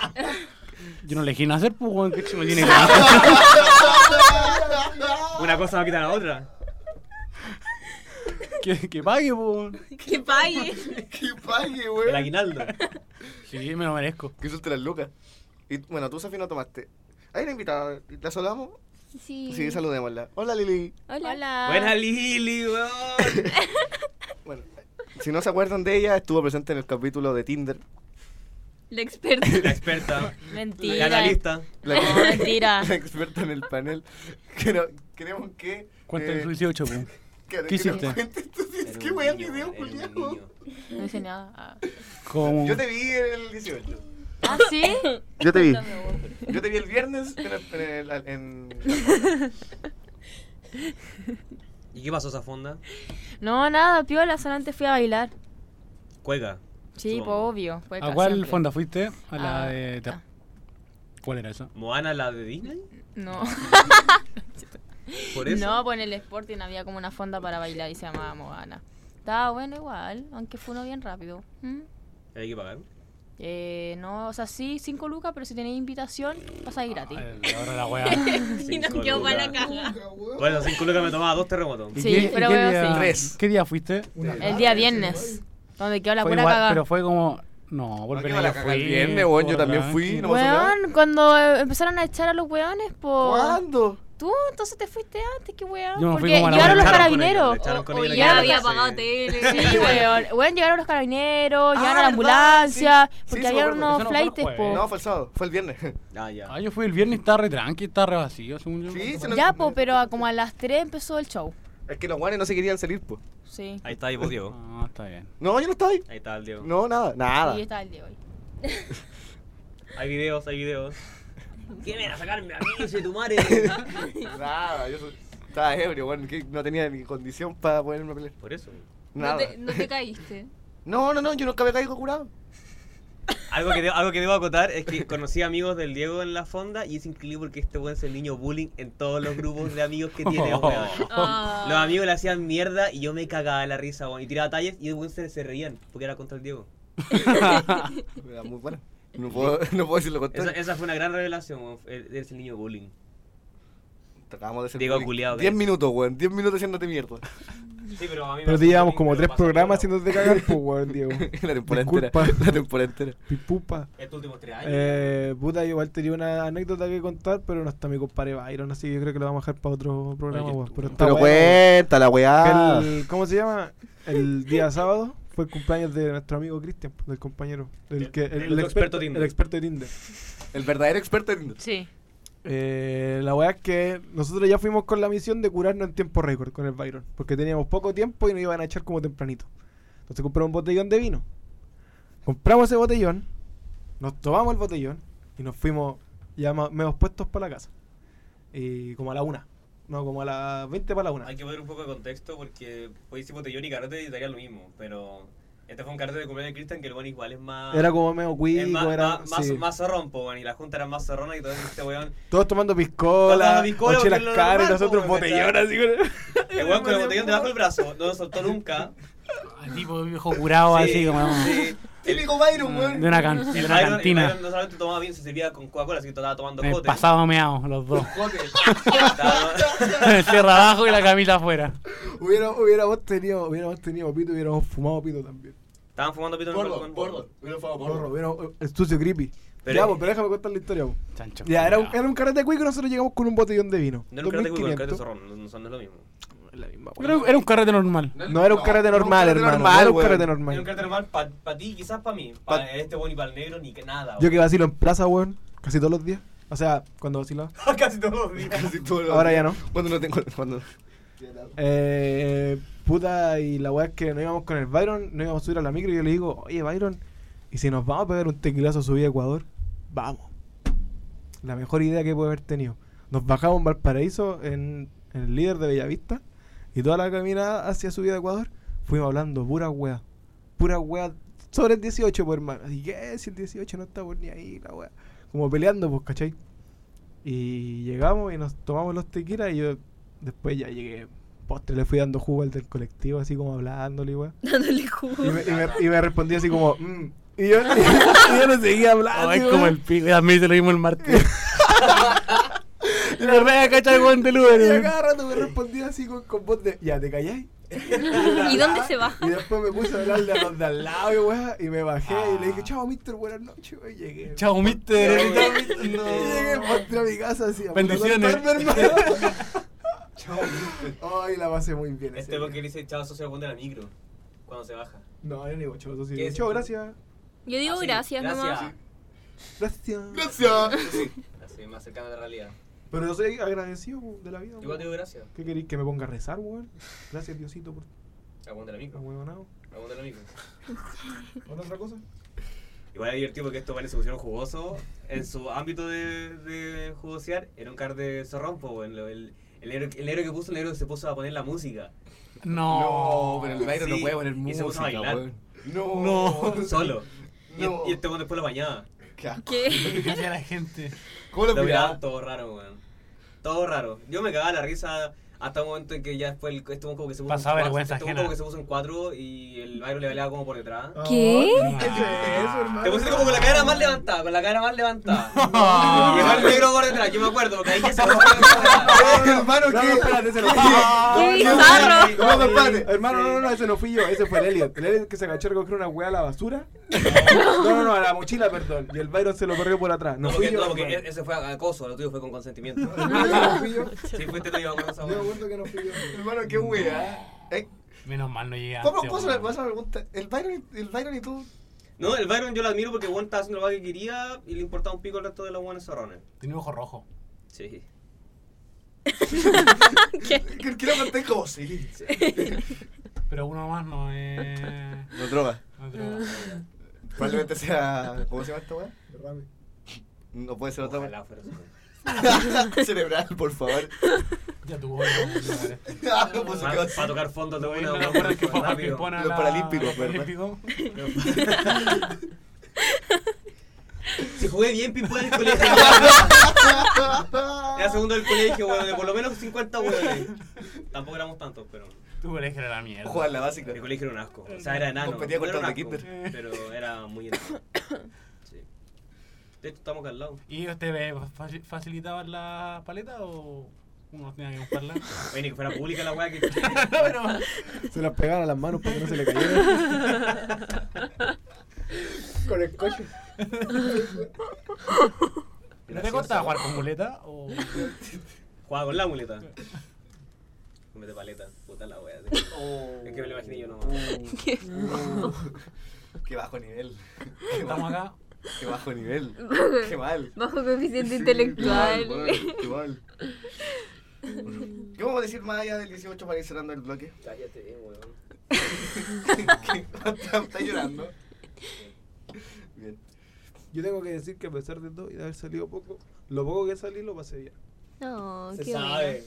Yo no elegí nacer, pues, weón. ¿Qué se me tiene que dar?
Una cosa no quita la otra.
Que, que pague, pues. weón.
Que pague.
Que pague,
El
weón.
aguinaldo.
Sí, me lo merezco.
Que suelte las lucas. Y bueno, tú, Safi, no tomaste. Hay una invitada, ¿la saludamos?
Sí.
Sí, saludémosla. Hola, Lili.
Hola.
Buena Lili, weón.
Bueno, si no se acuerdan de ella, estuvo presente en el capítulo de Tinder.
La experta.
La experta. La
Mentira.
analista.
La,
No, Ah, mentira.
la experta en el panel. Que no- queremos que.
Cuéntale
eh,
su 18, pues.
que- que
¿Qué
nos
hiciste?
cuentes tú,
Era
Qué
un
weón
niño,
video,
era un
Julián.
niño.
No hice nada. Ah.
Como.
Yo te vi en el 18.
¿Ah, sí?
Yo te vi.
Cuéntame, vos.
Yo te vi el viernes en. el- en el- en-
¿Y qué pasó esa fonda?
No, nada, piola, solamente fui a bailar.
Cueca.
Sí, pues
Supongo.
obvio. fue
¿A
ca-
Ah, cuál
siempre.
fonda fuiste? A la
Ah,
de.
ah.
¿Cuál era esa?
Moana, la de Disney.
No.
Por eso.
No, pues en el Sporting había como una fonda para bailar y se llamaba Moana. Estaba bueno igual, aunque fue uno bien rápido. ¿Mm?
Hay que pagar.
Eh, no, o sea, sí, 5 lucas, pero si tenéis invitación, pasáis gratis.
Ay, Ahora la weá.
Y nos quedó para la caja. Bueno, cinco lucas me tomaba dos terremotos.
¿Y
Sí, pero
y qué
bueno,
día-
sí.
Tres.
¿Qué día fuiste?
El día viernes, donde quedó la
Fue
pura
igual,
cagada.
pero fue como. No,
No,
volver
que me
a
la cagué el viernes, weón, Yo también fui. No pasó nada.
Weón, cuando eh, empezaron a echar a los weones, por.
¿Cuándo?
Tú, entonces te fuiste antes, qué weón.
Yo me fui
Porque
como a la
llegaron los
una.
carabineros.
Echaron con
O- o
ella,
llegaron
echaron
los-
con ella.
Sí, weón. Weón, llegaron los carabineros, llegaron a la ambulancia, porque
sí,
había
me acuerdo.
unos
Eso no fue los
flightes, po.
jueves.
No, fue el sábado. Fue el viernes.
Ah, ya.
Ah, yo fui el viernes, estaba re tranqui, estaba re vacío, según yo.
Sí, se lo-
Ya, po, pero a- como a las 3 empezó el show.
Es que los guanes no se querían salir, pues.
Sí.
Ahí está, ahí vos, Diego.
Ah, está bien.
No, yo no estaba ahí.
Ahí está el Diego.
No, nada. Nada.
Y yo estaba el de hoy.
Hay videos, hay videos. ¿Qué me van a sacarme a mí, soy tu madre?
Nada, yo so- estaba ebrio, weón. que No tenía ni condición para ponerme a pelear.
Por eso.
Nada.
caíste.
No, no, no, yo nunca me caigo curado.
Algo que, debo, algo que debo acotar es que conocí amigos del Diego en la fonda y es increíble porque este weón es el niño bullying en todos los grupos de amigos que tiene,
Oh.
weón.
Ah.
Los amigos le hacían mierda y yo me cagaba la risa, weón. Y tiraba talles y el weón se, se reían porque era contra el Diego.
Era muy bueno. No puedo, no puedo decir lo
Esa,
contrario.
esa fue una gran revelación, weón. Él es el niño bullying.
Acabamos de ser
Diego
bullying.
culiao, eh.
Diez
¿qué?
minutos, weón. Diez minutos haciéndote mierda.
Sí, pero a mí me
Pero te
hacían
llevamos
bullying,
como
pero
tres
pasé
programas
piola, weón.
haciéndote cagar, pues, weón, Diego.
La temporada
Disculpa.
entera. La temporada entera.
Pipupa.
Estos últimos tres años.
Eh, puta, yo igual tenía una anécdota que contar, pero no está mi compadre Byron, así que yo creo que lo vamos a dejar para otro programa,
Oye,
weón.
tú-
Pero, está
Pero
bueno, weón.
cuenta la weá.
El- ¿Cómo se llama? El día sábado fue el cumpleaños de nuestro amigo Cristian, del compañero. El, que, el,
del
el
otro experto
experto,
Tinder.
el experto de Tinder.
El verdadero experto en.
Sí.
Eh, la weá es que nosotros ya fuimos con la misión de curarnos en tiempo récord con el Byron, porque teníamos poco tiempo y nos iban a echar como tempranito. Entonces compramos un botellón de vino. Compramos ese botellón, nos tomamos el botellón y nos fuimos ya ma- medio puestos para la casa. Y como a la una. No, como a las 20 para la una.
Hay que poner un poco de contexto porque pues, hoy hicimos botellón y carrete y daría lo mismo, pero este fue un carrete de cumpleaños de Cristian que el weón igual es más...
Era como medio
es más,
cuico, era...
más, más,
sí.
más zorrón, po, weón, y la junta era más zorrona y todo este weón...
Todos tomando piscola,
Tomando piscola,
mochilas
porque es lo
caras y
normal,
nosotros
po,
botellón
¿cachai?
así con
El weón con el botellón debajo del brazo, no lo soltó nunca.
El tipo viejo curado,
Sí,
así como.
sí. El,
Típico Byron,
De
weón.
una, can- de
el
una
Byron, el
cantina.
Byron no solamente tomaba bien, se servía con Coca-Cola, así que estaba tomando
Me
cote.
pasaba meado, los dos.
Cote. Estaba-
Cierra abajo y la camisa afuera.
Hubiera- Hubiéramos tenido, hubiéramos tenido pito y hubiéramos fumado pito también.
Estaban fumando pito en el balcón.
Porro, hubiéramos- eh, el sucio creepy.
Pero-
Pero, ya, pues, pero déjame contar la historia. pues.
Chancho.
Ya, era un,
culiao.
era un carrete cuico y nosotros llegamos con un botellón de vino.
No era un carrete cuico, era un carrete
2500.
zorrón, no, no son- no es lo mismo.
Era un- era un carrete normal.
No era un carrete normal,
carrete
hermano.
normal,
no era un
weón.
carrete
Era un
normal.
carrete normal para ti, quizás para mí. Para este weón y para el negro, ni que nada.
Yo que vacilo en plaza, weón, casi todos los días. O sea, cuando vacilaba.
Casi todos los días.
Ahora ya no.
Cuando no tengo. Cuando...
Eh, puta, y la weá es que no íbamos con el Byron, no íbamos a subir a la micro. Y yo le digo, oye, Byron, ¿y si nos vamos a pegar un tequilazo subida a Ecuador? Vamos. La mejor idea que puede haber tenido. Nos bajamos en Valparaíso, en, en el líder de Bellavista, y toda la caminada hacia subida a Ecuador, fuimos hablando pura weá. Pura weá sobre el 18, por hermano. Así que, "Eh, si el 18 no está por ni ahí, la weá. Como peleando, pues, ¿cachai? Y llegamos y nos tomamos los tequilas y yo después ya llegué postre, le fui dando jugo al del colectivo, así como hablándole, weá.
Dándole jugo.
Y me, y me- y me respondía así como, "Mm". y, yo, y yo le seguía hablando.
es
weá.
como el pico. A mí se lo dimos el martes. Y me re cachar el weón del Uber,
Y a
weón.
cada rato me respondía así con, con voz de, ya, ¿te calláis?
¿Y dónde se va?
Y después me puse a hablarle a los de al lado, y weá, y me bajé y le
Ah.
dije, chao, mister, buenas noches, weá, y llegué.
Chao, mister.
Y llegué postre a mi casa así. a
Bendiciones.
contarme, hermano. Chao, mister. Ay, la pasé muy bien. ese
Este porque
día.
le dice chao socio de la micro cuando se baja.
No, yo no digo chao, sí.
¿Qué
digo,
es?
Chao, gracias.
Yo digo
Así,
gracias, nomás.
Gracias.
Gracias.
Gracias.
Así más cercana a la realidad.
Pero yo soy agradecido weón, de la vida.
Yo
weón.
Igual te digo gracias.
¿Qué queréis? ¿Que me ponga a rezar, weón? Gracias, Diosito, por
Aguanta de la micro.
ahuevonado.
Aguanta de la micro.
¿Otra cosa?
Igual es divertido porque estos panes se pusieron jugosos. En su ámbito de, de jugosear, era un car de zorrón, po, weón. Lo- el, el, héroe, el héroe que puso, el héroe se puso a poner la música.
No.
pero el Byron no
Sí,
puede poner
y se puso a
música,
bailar.
weón. No.
Solo. Y-
No.
Y, este weón después lo bañaba.
Qué asco.
¿Qué?
Calla la gente.
¿Cómo lo
Lo miraban
miraba?
todo raro, weón. Todo raro. Yo me cagaba la risa hasta un momento en que ya después el, este weón como que se puso
Pasaba
en cuatro.
vergüenza
Este weón
ajena.
como que se puso en cuatro y el Byron le bailaba como por detrás.
¿Qué?
Oh,
Ah.
¿Qué es eso, hermano?
Te puse como con la cadera más levantada, con la cadera más levantada. Y llegó el negro por detrás, yo me acuerdo, porque ahí ya se puso por detrás.
Hermano,
No, no,
¿qué?
espérate, se lo
¡Qué
No, no,
bizarro!
No, no, espérate.
Hermano, no, no, no, ese no fui yo, ese fue el Elliot. El Elliot que se agachó a recoger una weá a la basura. No, no, no, a la mochila, perdón. Y el Byron se lo corrió por atrás. No,
No,
fui
porque,
yo.
no, porque
hermano.
ese fue acoso, lo tuyo fue con consentimiento.
No, no fui yo.
Sí, fuiste tú llevando esa
Yo me
hueá.
acuerdo que no fui yo.
Hermano, qué wea. Eh,
Menos mal no llegaste.
¿Cómo puedo hacer
weón.
una hacer una pregunta? El Byron, el Byron y tú.
No, el Byron yo lo admiro porque Juan estaba haciendo lo que quería y le importaba un pico el resto de los buenos zorrones.
Tiene un ojo rojo.
Sí.
¿Qué qué lo conté como sí?
Pero uno más no es.
No droga.
no es droga.
Probablemente sea. ¿Cómo se llama esta wea? No puede ser otra wea.
Ojalá fuera eso.
Cerebral, por favor.
Ya tuvo. weón.
¿Cómo se
Para
Ah, pues, quedó
pa
así?
tocar fondo de
Oye,
una
¿no te
hueá,
acuerdas que
rápido.
fue al ping-pong a
Los
la-
Paralímpicos,
los
¿verdad?
Paralímpicos?
Si jugué bien ping-pong en el colegio, era segundo del colegio, weón, de por lo menos 50 hueones. Tampoco éramos tantos, pero
Tu colegio era la mierda.
Jugar la básica.
mi colegio era un asco. O sea, era enano.
Competía
No era
contra
un
los de
asco,
kinder.
Pero era muy enano. Sí. De hecho, estamos acá al lado.
¿Y ustedes faci- facilitaban la paleta o uno tenía que comprarla?
Oye, ni que fuera pública la weá que.
Se las pegaron a las manos para que no se le cayeran. Con el coche.
¿No te costaba jugar con muleta? O...
Jugaba con la muleta. Comete paleta, puta la wea. Es que me lo imaginé yo nomás.
Qué bajo nivel. Qué bajo,
Estamos acá.
qué bajo nivel. Qué mal.
Bajo coeficiente
Sí, qué
intelectual.
mal, qué mal. ¿Qué vamos a decir más allá del 18 para ir cerrando el bloque?
Cállate, weón.
¿Qué? ¿Está, está llorando? Bien.
Yo tengo que decir que a pesar de todo y de haber salido poco, lo poco que salí lo pasé bien.
No,
Se
qué bueno.
sabe.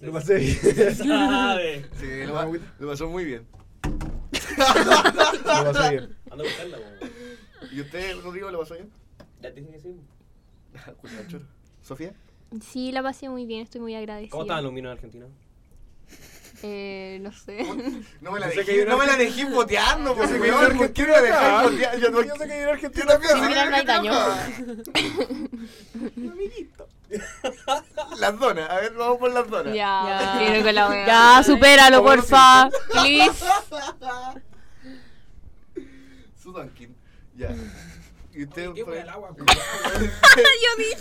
Lo pasé bien.
Se sabe.
Sí, lo, pa- lo pasó muy bien.
lo pasé bien.
Anda a buscarla, weón.
¿Y usted, Rodrigo, lo pasó bien?
Ya te dije que sí.
Julián Choro. ¿Sofía?
Sí, la pasé muy bien, estoy muy agradecida.
¿Cómo estaban los minos en Argentina?
Eh, no sé.
No me la
Yo sé
dejé,
que hay una
no me la
Argentina-
dejé boteando, pues,
sé que hay
weón,
una
¿por qué no la dejé
Argentina.
botear? Yo, no-
Yo sé que hay una Argentina.
yo también
Sin
soy
mirar no hay daño.
Las donas, a ver, vamos por las donas.
ya,
Ya.
quiero con la wea.
Ya, supéralo, porfa. Please.
Sudankin. Ya. ¿Y usted?
qué
fue-
wea el agua,
Yo dije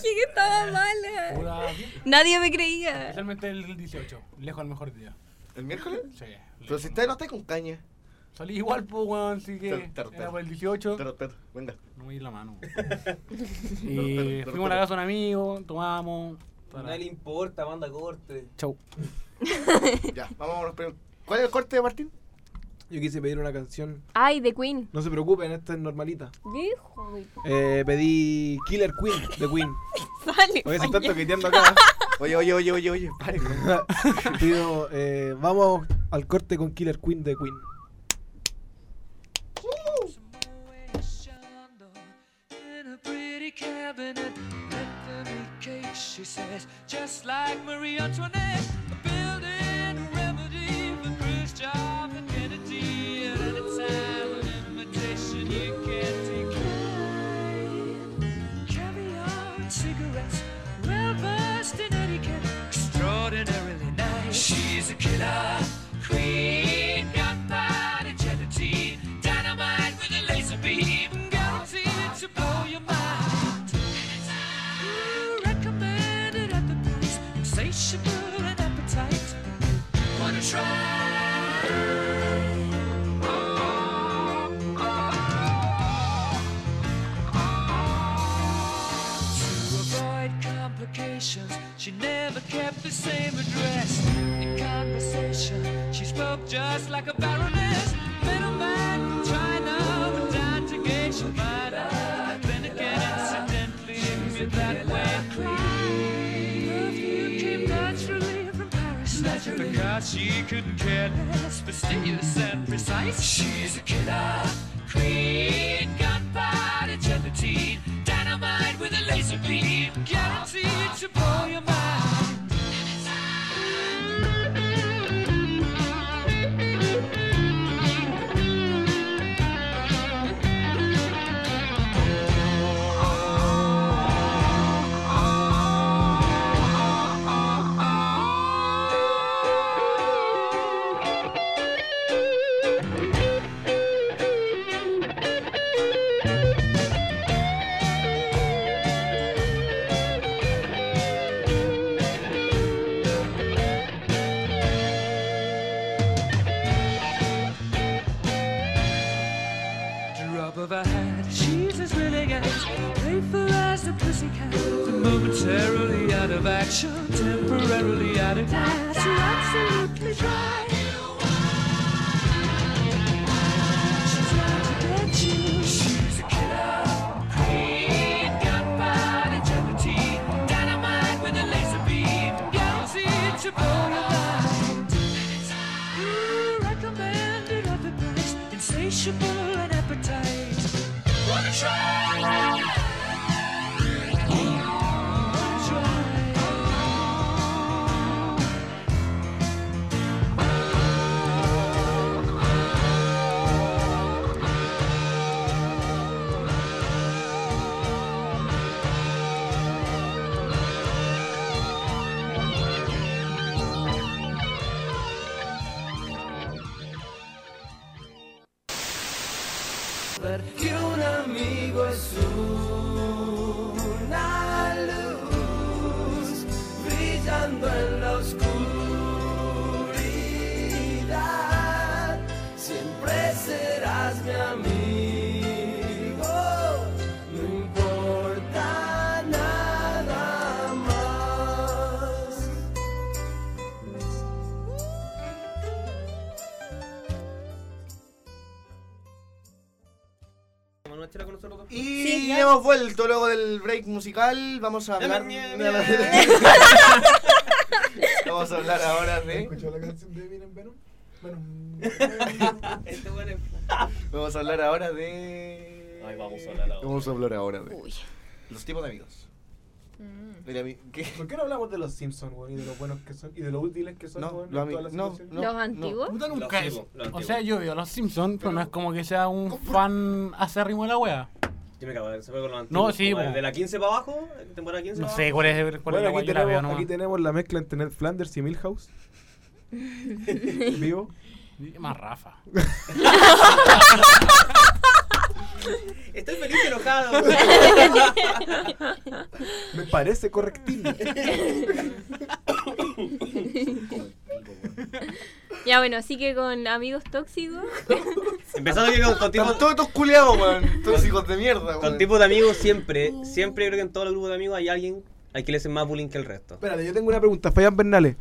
que estaba mala.
Pura-
Nadie me creía.
Especialmente el 18. Lejos el mejor día.
¿El miércoles?
Sí.
Pero si usted no está con caña.
Salí igual, pues, weón, así que
Ter- ter- ter.
era por el 18.
Pero, pero, venga.
No me di la mano.
Ter-
y
ter-
fuimos a la casa de un amigo, tomamos.
No le importa, manda corte.
Chau.
Ya, vamos a los primeros. ¿Cuál es el corte, Martín?
Yo quise pedir una canción.
Ay, The Queen.
No se preocupen, esta es normalita.
Dijo.
Eh, pedí Killer Queen de Queen.
Sale.
Oye, se
Ay,
están toqueteando acá.
Oye, oye, oye, oye, oye, paren. weón.
Pido, eh, vamos al corte con Killer Queen de Queen.
in a pretty cabinet. Let them eat cake, she says, just like Marie Antoinette. A building a remedy for Khrushchev and Kennedy. At any time, an invitation you can't decline. Caviar and cigarettes, well versed in etiquette, extraordinarily nice. She's a killer queen, gunpowder gelatine, dynamite with a laser beam, guaranteed to blow your mind. Ooh, recommended at the price, insatiable and appetite. Wanna try? Oh, oh, To avoid complications, she never kept the same address. In conversation, she spoke just like a baroness. Middleman from China, went down to geisha minor. Then again, incidentally, you're that way. Perfume came naturally from Paris. Naturally. Because she couldn't care less, fastidious and precise. She's a killer queen, gunpowder gelatine, dynamite with a laser beam, guaranteed to blow your mind. drop of a hat. She's as elegant, playful as a pussycat. Momentarily out of action, temporarily out of class. You're absolutely dry. She's out to get you. She's a killer queen, gunpowder gelatine, dynamite with a laser beam, guaranteed to blow your mind. Ooh, recommended at the price, insatiable and appetite. Wanna try? Wanna try?
que un amigo es una luz brillando en la oscuridad. Siempre serás mi amigo, no importa nada más.
Y hemos vuelto luego del break musical. Vamos a hablar. Vamos a hablar ahora de.
la canción de Eminem Venom? Bueno,
Este bueno es.
Vamos a hablar ahora de.
Ay, vamos a hablar ahora.
Vamos a hablar ahora de.
Uy.
Los tipos de amigos. Mira, mi- ¿qué?
¿por qué no hablamos de los Simpsons, weón? Y de lo buenos que son, y de lo útiles que son,
No,
weón,
lo
en
ami-
todas las
no,
situaciones?
no.
¿Los
no.
antiguos?
Puta
Lo
nunca es.
antiguo, lo
O
antiguo.
sea, yo veo los Simpsons, pero no es como que sea un fan acérrimo de la wea.
Yo me cago en ese juego con los
No,
antiguos,
sí,
como
bueno.
De la 15 para abajo, temporada 15
No
para
sé cuál es, cuál es la
Bueno,
wea,
aquí
yo la veo
tenemos,
nomás.
aquí tenemos la mezcla entre Ned Flanders y Milhouse. Vivo.
Más Rafa.
abajo. Estoy feliz y enojado.
Me parece correctivo.
Ya bueno, así que con amigos tóxicos.
Empezando que con, con tipos-
Están todos estos culiados, weón. Todos hijos de mierda,
con
weón.
tipos de amigos siempre, siempre creo que en todos los grupos de amigos hay alguien al que le hacen más bullying que el resto.
Espérate, yo tengo una pregunta, Fabián Bernales.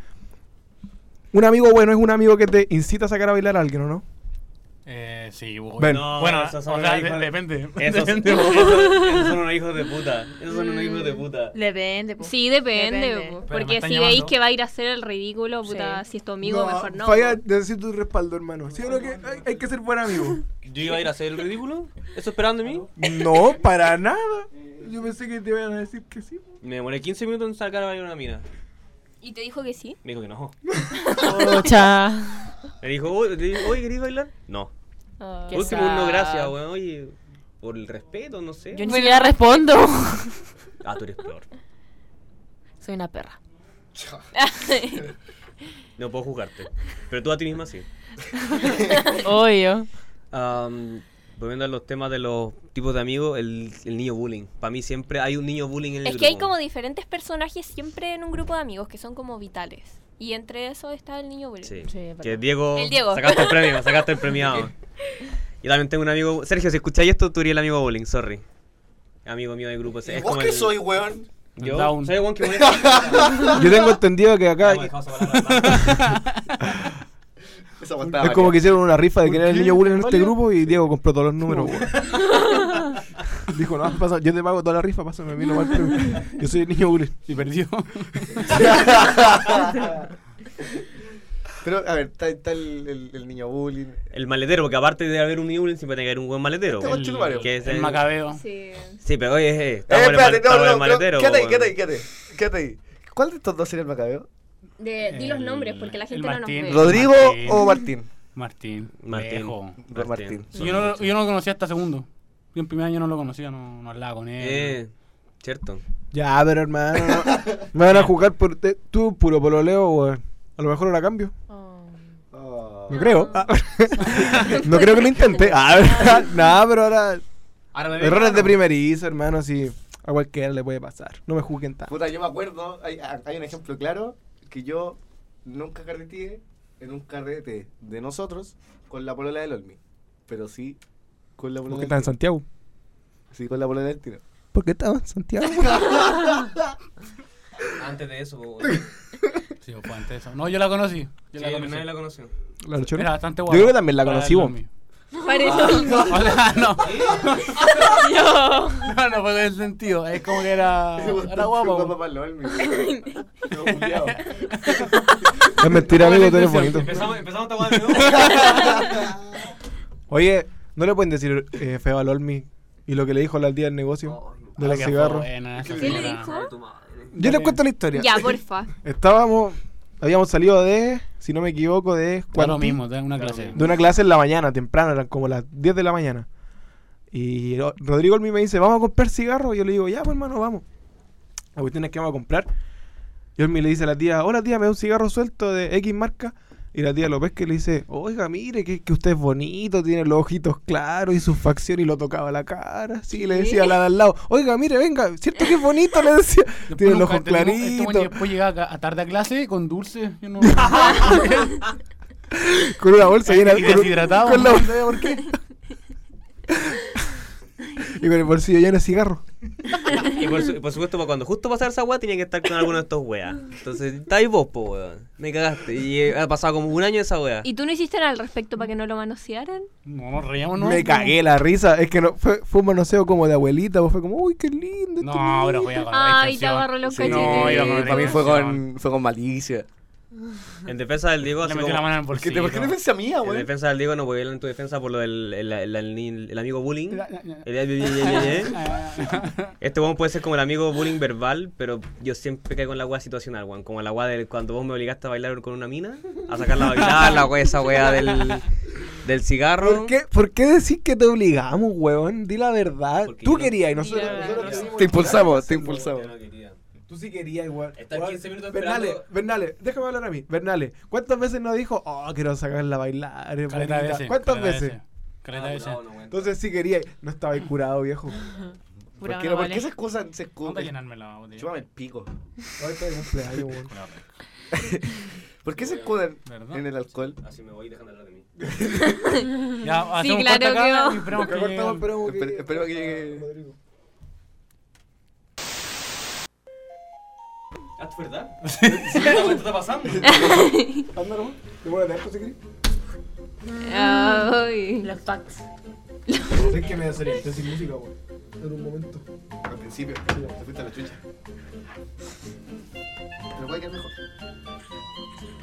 Un amigo bueno es un amigo que te incita a sacar a bailar a alguien, ¿o no?
Eh, sí, güey.
Ven.
No,
bueno,
esos
o
son
sea,
unos hijos
de-
de-
depende.
Esos,
depende.
esos- esos son unos hijos de puta. Esos son unos hijos de puta.
Depende, po.
Sí, depende.
Depende.
po,
Pero me
Porque si
están
veis
llamando.
que va a ir a hacer el ridículo, puta, si es tu amigo, mejor no.
Fabián, necesito tu respaldo, hermano. ¿Sí o no que hay, hay que ser buen amigo?
¿Yo iba a ir a hacer el ridículo? ¿Eso esperando de mí?
no, para nada. Yo pensé que te iban a decir que sí.
Me demoré 15 minutos en sacar a bailar una mina.
¿Y te dijo que sí?
Me dijo que no.
Pucha.
Me dijo, oye, te- oye, ¿queréis bailar? No.
Ah.
Por último, no, gracias, weón. Oye, por el respeto, no sé.
Yo
Pues
ni siquiera respondo.
Ah, tú eres peor.
Soy una perra.
No puedo juzgarte. Pero tú a ti misma sí.
Obvio.
Am, Um, volviendo a los temas de los tipos de amigos, el, el niño bullying. Para mí siempre hay un niño bullying en el
Es que hay
grupo.
como diferentes personajes siempre en un grupo de amigos que son como vitales. Y entre esos está el niño bullying.
Sí.
Sí, es
que
verdad.
Diego,
El Diego.
Sacaste el premio, sacaste el premiado. Yo también tengo un amigo. Sergio, si escucháis esto, tú eres el amigo bullying, sorry. Amigo mío de grupo. Es
¿Y ¿Vos
como
qué
el-
soy, weón?
Yo
Down.
soy el weón que molesta.
Yo tengo entendido que acá
Ya, bueno, dejamos esa palabra.
Esa weón estaba
es como que
variada.
hicieron una rifa de quién era el
qué?
niño bullying en este
¿Válido?
grupo y Diego compró todos los números. weón. Dijo, no, pasa, yo te pago toda la rifa, pásame a mí nomás el premio. Yo soy el niño bullying.
Y perdió.
Pero, a ver, está, está el, el- el niño bullying.
el maletero, porque aparte de haber un niño bullying, siempre tiene que haber un buen maletero.
Este
weón.
conche tu madre.
Que es
El
el-
macabeo.
Sí.
Sí, pero oye, eh,
Eh,
estamos en el mal-
espérate, no,
estamos en
no,
el maletero.
no. Quédate ahí,
weón.
quédate ahí, quédate ahí, quédate ahí. ¿Cuál de estos dos sería el macabeo?
De, di los
El-
nombres porque la
el
gente no nos
Martín.
ve.
¿Rodrigo
Eh, Martín.
o Martín?
Martín.
Martín.
Viejo.
Martín.
Sí, Yo no, yo no lo conocía hasta segundo. Yo en primer año no lo conocía, no, no hablaba con él.
Eh, cierto.
Ya, pero hermano, no. me van a jugar por te- tú, puro pololeo, weón. A lo mejor ahora cambio.
Oh.
Oh.
No creo. Ah. no creo que lo intente. Ah, no, pero ahora.
Ahora me
Errores de primerizo, hermano, sí. A cualquiera le puede pasar. No me juzguen tanto.
Puta, yo me acuerdo, hay, hay un ejemplo claro, que yo nunca carreteé en un carrete de nosotros con la polola del Olmi. Pero sí con la polola
Porque
del
estaba en
tiro.
Santiago.
Sí, con la polola del tiro.
Porque estaba en Santiago.
Antes de eso, po,
Sí, fue antes de eso. No, yo la conocí. Yo la conocí.
nadie la conoció.
La Ah, luchona.
Era bastante
Yo
guapa.
creo que también la
Para
conocí,
el
vos.
Olmi.
Parece-
O sea, no.
Ah.
No, no fue en ese sentido. Es como que era, era guapa. vos.
para el Olmi. No, culiao.
Es mentira, amigo, tú eres
Empezamos-
bonito.
Empezamos, empezamos esta guay de nuevo.
Oye, ¿no le pueden decir eh, feo al Olmi y lo que le dijo la aldea del negocio? De los
Que fue
cigarros.
buena esa
¿Qué le
señora.
dijo?
Yo les cuento la historia.
Ya, porfa.
Estábamos, habíamos salido de, si no me equivoco, de
Da lo
Cuanti,
mismo, da una clase.
de una clase en la mañana, temprano, eran como las 10 de la mañana. Y Ro- Rodrigo Olmi me dice, vamos a comprar cigarros. Y yo le digo, ya, pues hermano, vamos. La cuestión es que vamos a comprar. Y Olmi le dice a la tía, hola tía, me da un cigarro suelto de X marca. Y la tía lo pesca y le dice, oiga, mire, que, que usted es bonito, tiene los ojitos claros y su facción y lo tocaba la cara. Sí, le decía a la de al lado, oiga, mire, venga, cierto que es bonito, le decía.
Después
tiene los
nunca
ojos
entendimos- este güey
claritos.
Después llegaba a ca- a tarde a clase con dulce. Yo no.
Con una bolsa llena
Y
con un-
deshidratado,
Con la
¿no?
bolsa, ¿por qué? y con el bolsillo lleno de cigarros.
Y por, su- por supuesto, pa' cuando justo pasaba esa weá, tenía que estar con alguno de estos weas. Entonces, estáis vos, po, weón. Me cagaste. Y eh, ha pasado como un año esa wea.
¿Y tú no hiciste nada al respecto para que no lo manosearan?
No, nos reíamos, ¿no?
Me cagué la risa. Es que no, fue, fue un manoseo como de abuelita. pues, Fue como, uy, qué lindo.
No,
este
ahora
niño".
voy a con Ah, la
Ay, te
intención.
agarró los
Sí, no, iba con
cachetes.
la
Para mí fue
intención.
con, fue con malicia.
En defensa del Diego,
Le
así
metió
como-
la mano en el
¿Por qué,
bolsillo.
¿Por qué defensa mía,
En
ah, weón?
defensa del Diego, no voy a ir en tu defensa por lo del el, el- el- el amigo bullying.
Ya, ya, ya.
El- el- el- el- el- el-
Ah,
Este weón puede ser como el amigo bullying verbal, pero yo siempre caigo en la weá situacional, weón. Como la weá de cuando vos me obligaste a bailar con una mina, a sacarla a bailar, la weá, esa weá del, del cigarro.
¿Por qué, ¿Por qué decís que te obligamos, weón? Di la verdad.
Porque
Tú
yo-
querías y nosotros.
Di la verdad.
nosotros dimos
Te
el-
impulsamos, te impulsamos.
Tú sí querías, weón.
Estar
Weón,
15 minutos
Bernales,
esperando.
Bernales, déjame hablar a mí. Bernales, ¿cuántas veces nos dijo, oh, quiero sacarla a bailar? es
Caleta
bonita"?
veces.
¿Cuántas
caleta
veces?
Caleta veces.
Entonces sí querías. No estaba ahí curado, viejo.
Pura
¿Por qué, no?
no
¿Por
vale.
qué se excusan? Se
¿Dónde
excusan.
llenarme la botella?
Chúpame el pico.
Ahorita de cumpleaños, weón.
¿Por qué se escudan
¿Verdad?
en el alcohol?
Así me voy dejando hablar de mí.
Ya,
Sí,
hacemos
claro
corta
que
acá
no.
y esperamos que
Cortamos,
llegue el-
esperemos que
Espere-
llegue-
esperemos que llegue.
Rodrigo.
¿Ah, es verdad? ¿Qué está pasando?
Anda nomás, demórate harto si querés.
Ay.
Los packs.
Sé que me desorienté sin música, weón. En un momento.
Al principio, te fuiste a la chucha. Pero puede quedar mejor.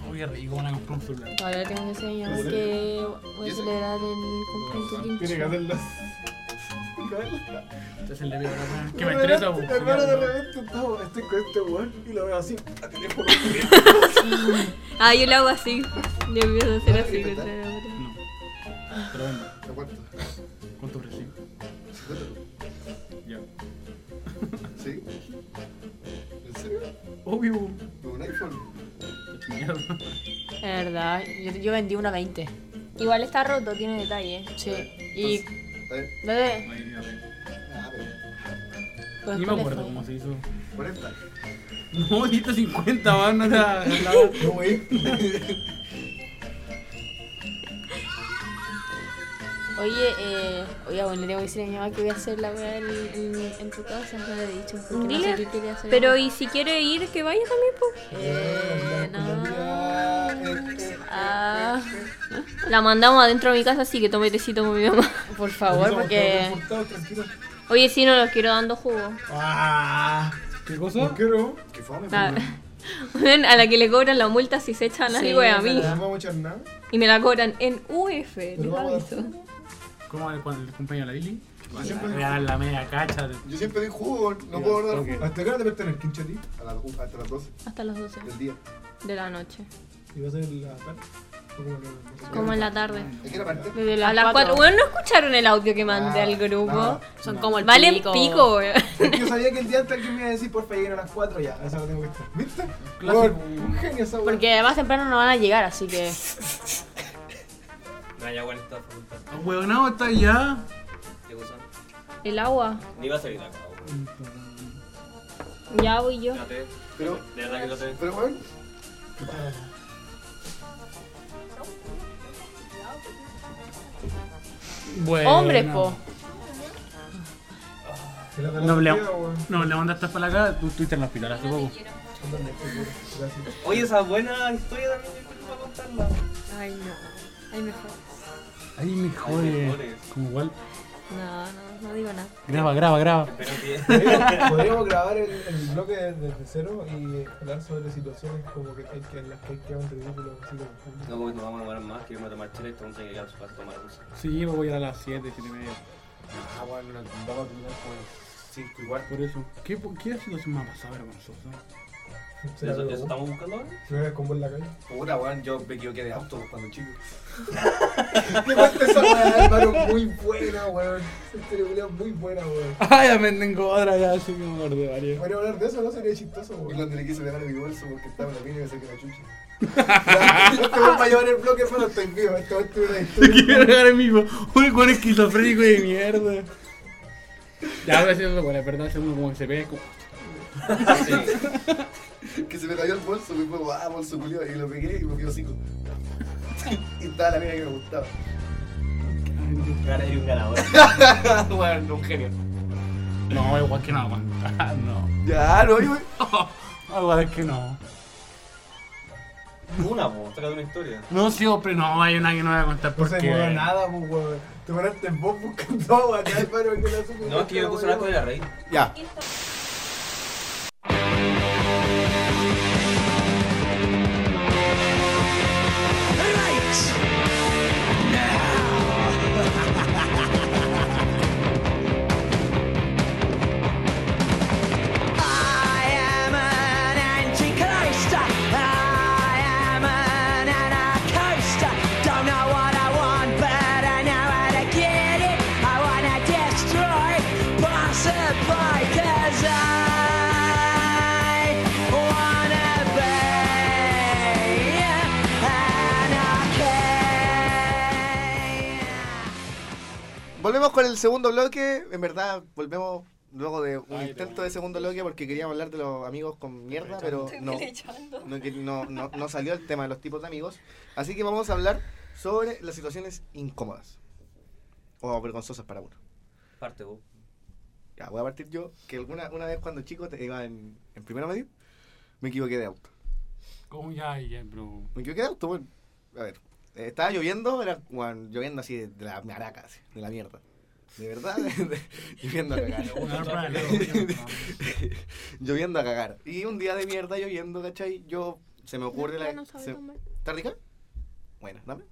Oye, rico, van a comprar un celular.
Ahora tengo que señalar que voy a celebrar el cumpleaños
Tiene
de
que
Kim.
hacerlo.
Entonces el de mi hermano, Que me estresa, po.
Hermano, de repente estaba- estoy con este weón y lo veo así, a teléfono.
Ah, yo lo hago así. Yo empiezo a hacer así contra la pared.
Pero venga,
¿A cuánto?
¿cuánto ofrecí? Ya.
¿Sí? ¿En serio?
Obvio.
¿Con un iPhone?
Mierda.
Es verdad. Yo, yo vendí una 20.
Igual está roto, tiene detalles.
Sí. Y.
A ver.
¿Dónde?
Ay, Dios mío.
Ah, pero.
Pues,
Ni me
¿cuál
acuerdo
fue?
cómo se hizo.
40.
No, 150, weón, no te la- la-
No, wey.
Oye, eh. Oye, bueno, le tengo que decir a mi mamá que voy a hacer la weá en, en- en tu casa. No le he dicho. Porque no sé
Dile,
qué quería hacer.
pero y si quiere ir, que vaya también, po.
Eh, no.
Ah.
La mandamos adentro de mi casa, así que tome tecito con mi mamá.
Por favor, porque.
Oye, sí, no los quiero dando jugo.
Ah,
¿Qué cosa?
quiero.
Qué fome,
A, Weón, Ah, a la que le cobran la multa si se echan
Sí,
algo a
es
mí.
verdad.
No vamos a echar nada.
Y me la cobran en UF, les
vamos a-
aviso.
¿Cómo el, cuando el cumpleaños de la Lili? Voy a dar la media cacha. de-
Yo siempre doy jugo, no
Ya,
puedo dar
ok.
jugo.
¿Hasta qué hora te pertenece el quinche a ti?
A las u- Hasta las 12
Hasta las 12
del día.
de la noche.
¿Y vas a ir la tarde? ¿O cómo lo-
Como en la tarde.
¿Hay que ir aparte?
Desde
A las 4. Bueno, no escucharon el audio que mandé
Ah,
al grupo.
no.
Son como el
Vale pico, pico weón.
Porque yo sabía que el día antes alguien me iba a decir, porfa, lleguen a las 4 ya, a esa hora tengo que estar. ¿Viste?
Clásico.
Weón, un genio esa weón.
Porque además temprano no van a llegar, así que.
No, ya bueno, está facultad.
Ah, Weón, no, está ya.
¿Qué cosa?
El agua.
Ni va a salir de acá. weón.
Ya voy yo.
Eh,
Traté,
Pero,
de verdad que traté.
pero bueno.
Bueno.
Hombres, po.
Que la
No
la-
hablamos.
weón.
No, le mandaste para acá, tú estuviste en el hospital hace poco.
Gracias.
Oye, esa buena historia también me preocupa contarla.
Ay, no. Ay, mejor.
Ay, me jode. Como igual.
No, no, no digo nada.
Graba, graba, graba.
Pero que
Podríamos- Podríamos grabar el, el bloque de- desde cero y hablar sobre situaciones como que hay que en las que hay que hacer un ridículo así como
No, porque nos vamos a demorar más, que vamos a tomar este chile, entonces hay que llegar a su casa a tomar once.
Sí, me voy a ir a las 7, 7 y media.
Ah, bueno, nos vamos a terminar como 5 y cuarto.
Por eso. ¿Qué, qué situación más pasada, vergonzosa?
¿Se la
¿Eso,
pegó?
eso estamos buscando ahora?
¿Se ve con vos en la calle?
Puta, weón, yo me equivoqué de auto cuando chico.
¿Qué cuenta esa weá, hermano? Muy buena, weón. Esa película es muy buena, weón.
Ay, Ah, ya me tengo otra, ya sí que me acordé, varios.
Bueno, hablar de eso no sería chistoso,
Y
weón.
cuando le quise pegar a mi bolso porque estaba en la mina y me saqué la chucha.
Este weón va a llevar el bloque, hermano, estoy vivo. Este weón tiene una historia.
Quiero regar en vivo. Uy, cuál esquizofrénico de mierda. Ya, ahora sí, bueno, perdón, hace uno como que se pega. como-
Que se me cayó el bolso, me fue, ah, bolso culiado, y lo pegué y me quedó 5. y estaba la mina que me gustaba.
Ganar y un ganador.
Ah,
bueno, un genio.
No, igual que no aguanta. No. Ah,
Ya, no, yo.
Igual que no.
Una, po, saca de una historia.
No, siempre no, hay una que no voy a contar
No
porque.
se demoró nada, pues, weón. Te paraste vos buscando agua, acá, hermano, que la supe.
No, es que yo me puse un arco de la rey.
Ya. Volvemos con el segundo bloque. En verdad, volvemos luego de un
Ay,
intento
te-
de segundo bloque porque queríamos hablar de los amigos con mierda, pero
Estoy
no,
pelechando.
no, que- no, no, no salió el tema de los tipos de amigos. Así que vamos a hablar sobre las situaciones incómodas o vergonzosas para uno.
Parte vos.
Ya, voy a partir yo, que alguna una vez cuando chico te- iba en, en primero medio, me equivoqué de auto.
¿Cómo ya, ya, pero.
Me equivoqué de auto, bueno. A ver, eh, estaba lloviendo, era bueno, lloviendo así de, de la maraca, así, de la mierda. De verdad, de- de- lloviendo a cagar. lloviendo a cagar. Y un día de mierda lloviendo, ¿cachai? Yo, se me ocurre la...
no sabe
se-
tomar.
¿Está rica? Bueno, dame.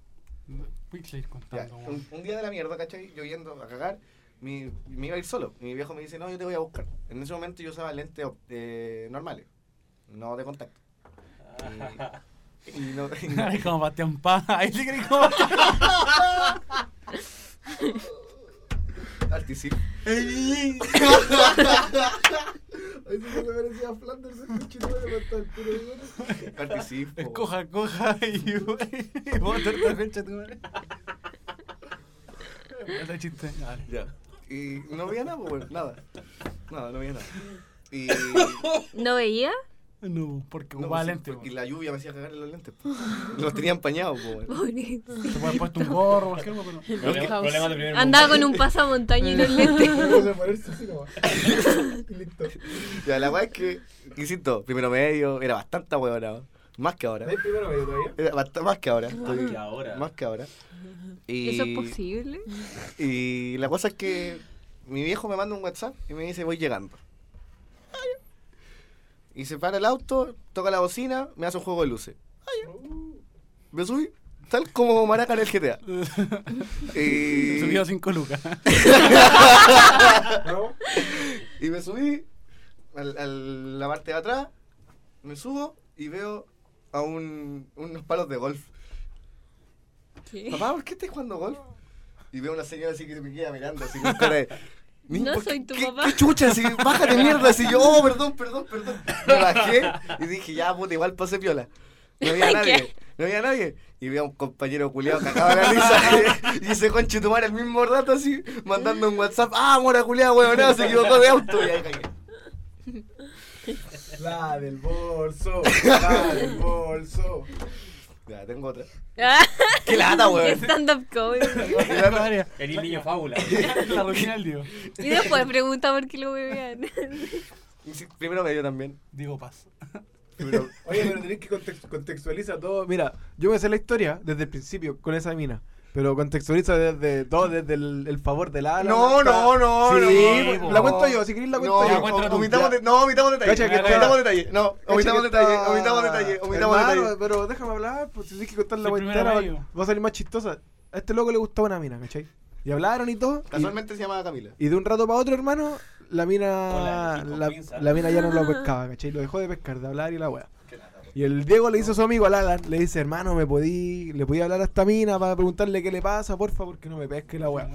Voy a seguir
Ya,
contando,
un, un día de la mierda, ¿cachai? Lloviendo a cagar. Mi, me iba a ir solo. Mi viejo me dice, no, yo te voy a buscar. En ese momento yo usaba lentes op- eh, normales, no de contacto. Y, y no, y no-
Ay, como Bastián Paz. Ahí le creí como.
Artisip. Ay, sí, me parecía Flanders, el conchetumare, con todo el puro bigote. Artisip, po.
Coja, coja y. y Vos te la concha de tu madre. Ese chiste. Dale.
Ya. Y no veía nada, po, weón, nada. Nada, no veía nada. Y.
¿No veía?
No, porque este,
no,
ocupaba
sí,
lente.
porque
weón.
la lluvia me hacía cagar en los lentes. po. Los tenía empañados, po, weón.
Te puedes puesto un gorro, cualquier cosa, pero.
Problemas de primer
Andaba con un pasamontaña y los lentes.
Ya, la weá es que, insisto, primero medio era bastante huevonado. Más que ahora.
primero medio todavía?
Era bast- más que ahora. estoy-
que ahora.
Más que ahora. Y,
¿Eso es posible?
Y la cosa es que mi viejo me manda un WhatsApp y me dice, voy llegando. Ah, ya. Y se para el auto, toca la bocina, me hace un juego de luces. Ah, ya. Me subí, tal como Maraca en el GTA. y...
Subió 5 lucas.
Y me subí al- a la parte de atrás, me subo y veo a un, unos palos de golf. Papá, ¿por qué estás jugando golf? Y veo a una señora así que me queda mirando, así con cara de... "Niño,
No
¿por qué-
soy tu
qué-
papá".
qué chucha, así, bájate mierda, así yo, oh, perdón, perdón, perdón. Me bajé y dije, ya, puta, igual pasé piola. No había nadie, no había nadie. Y veo a un compañero culiado cagado de la risa. y ese conche tomar el mismo rato así, mandando un WhatsApp. ¡Ah, mora culiado, weón! No, se equivocó de auto. Y ahí cagué.
La del bolso, la del bolso.
Ya, tengo otra.
Ah,
¡Qué lata, weón!
Stand-up comedy.
Qué lata.
El niño fábula.
La rutina del Diego.
Y después pregunta por qué lo bebían.
Sí, Primero me dio también.
Diego Paz.
Primero-
Oye, pero tenés que context- contextualizar todo. Mira, yo me sé la historia desde el principio con esa mina. Pero contextualiza desde todo, desde el, el favor del ala.
Ah, No, no, no,
Sí,
no.
pues, la
no.
cuento yo, si querés la cuento
No,
yo.
cuéntala tú.
omitamos,
Ya.
de- no, omitamos detalle.
Cacha que está-
omitamos detalle. No,
Cacha
omitamos
que
detalle.
está-
Omitamos detalle. Omitamos
Hermano,
detalle.
Pero déjame hablar, pues si tienes que contar la
Soy
cuenta,
primero
va,
medio.
va a salir más chistosa. A este loco le gustaba una mina, ¿cachai? Y hablaron y todo. y-
Casualmente se llamaba Camila.
Y de un rato para otro, hermano, la
Hola,
mina.
Nico,
la,
pinza.
la mina ya no lo pescaba, ¿cachai? Lo dejó de pescar, de hablar y la weá. Y el Diego le dice a su amigo, al Alan, le dice, hermano, me podí, le podí hablar a esta mina para preguntarle qué le pasa, porfa, porque no me pesque la weá.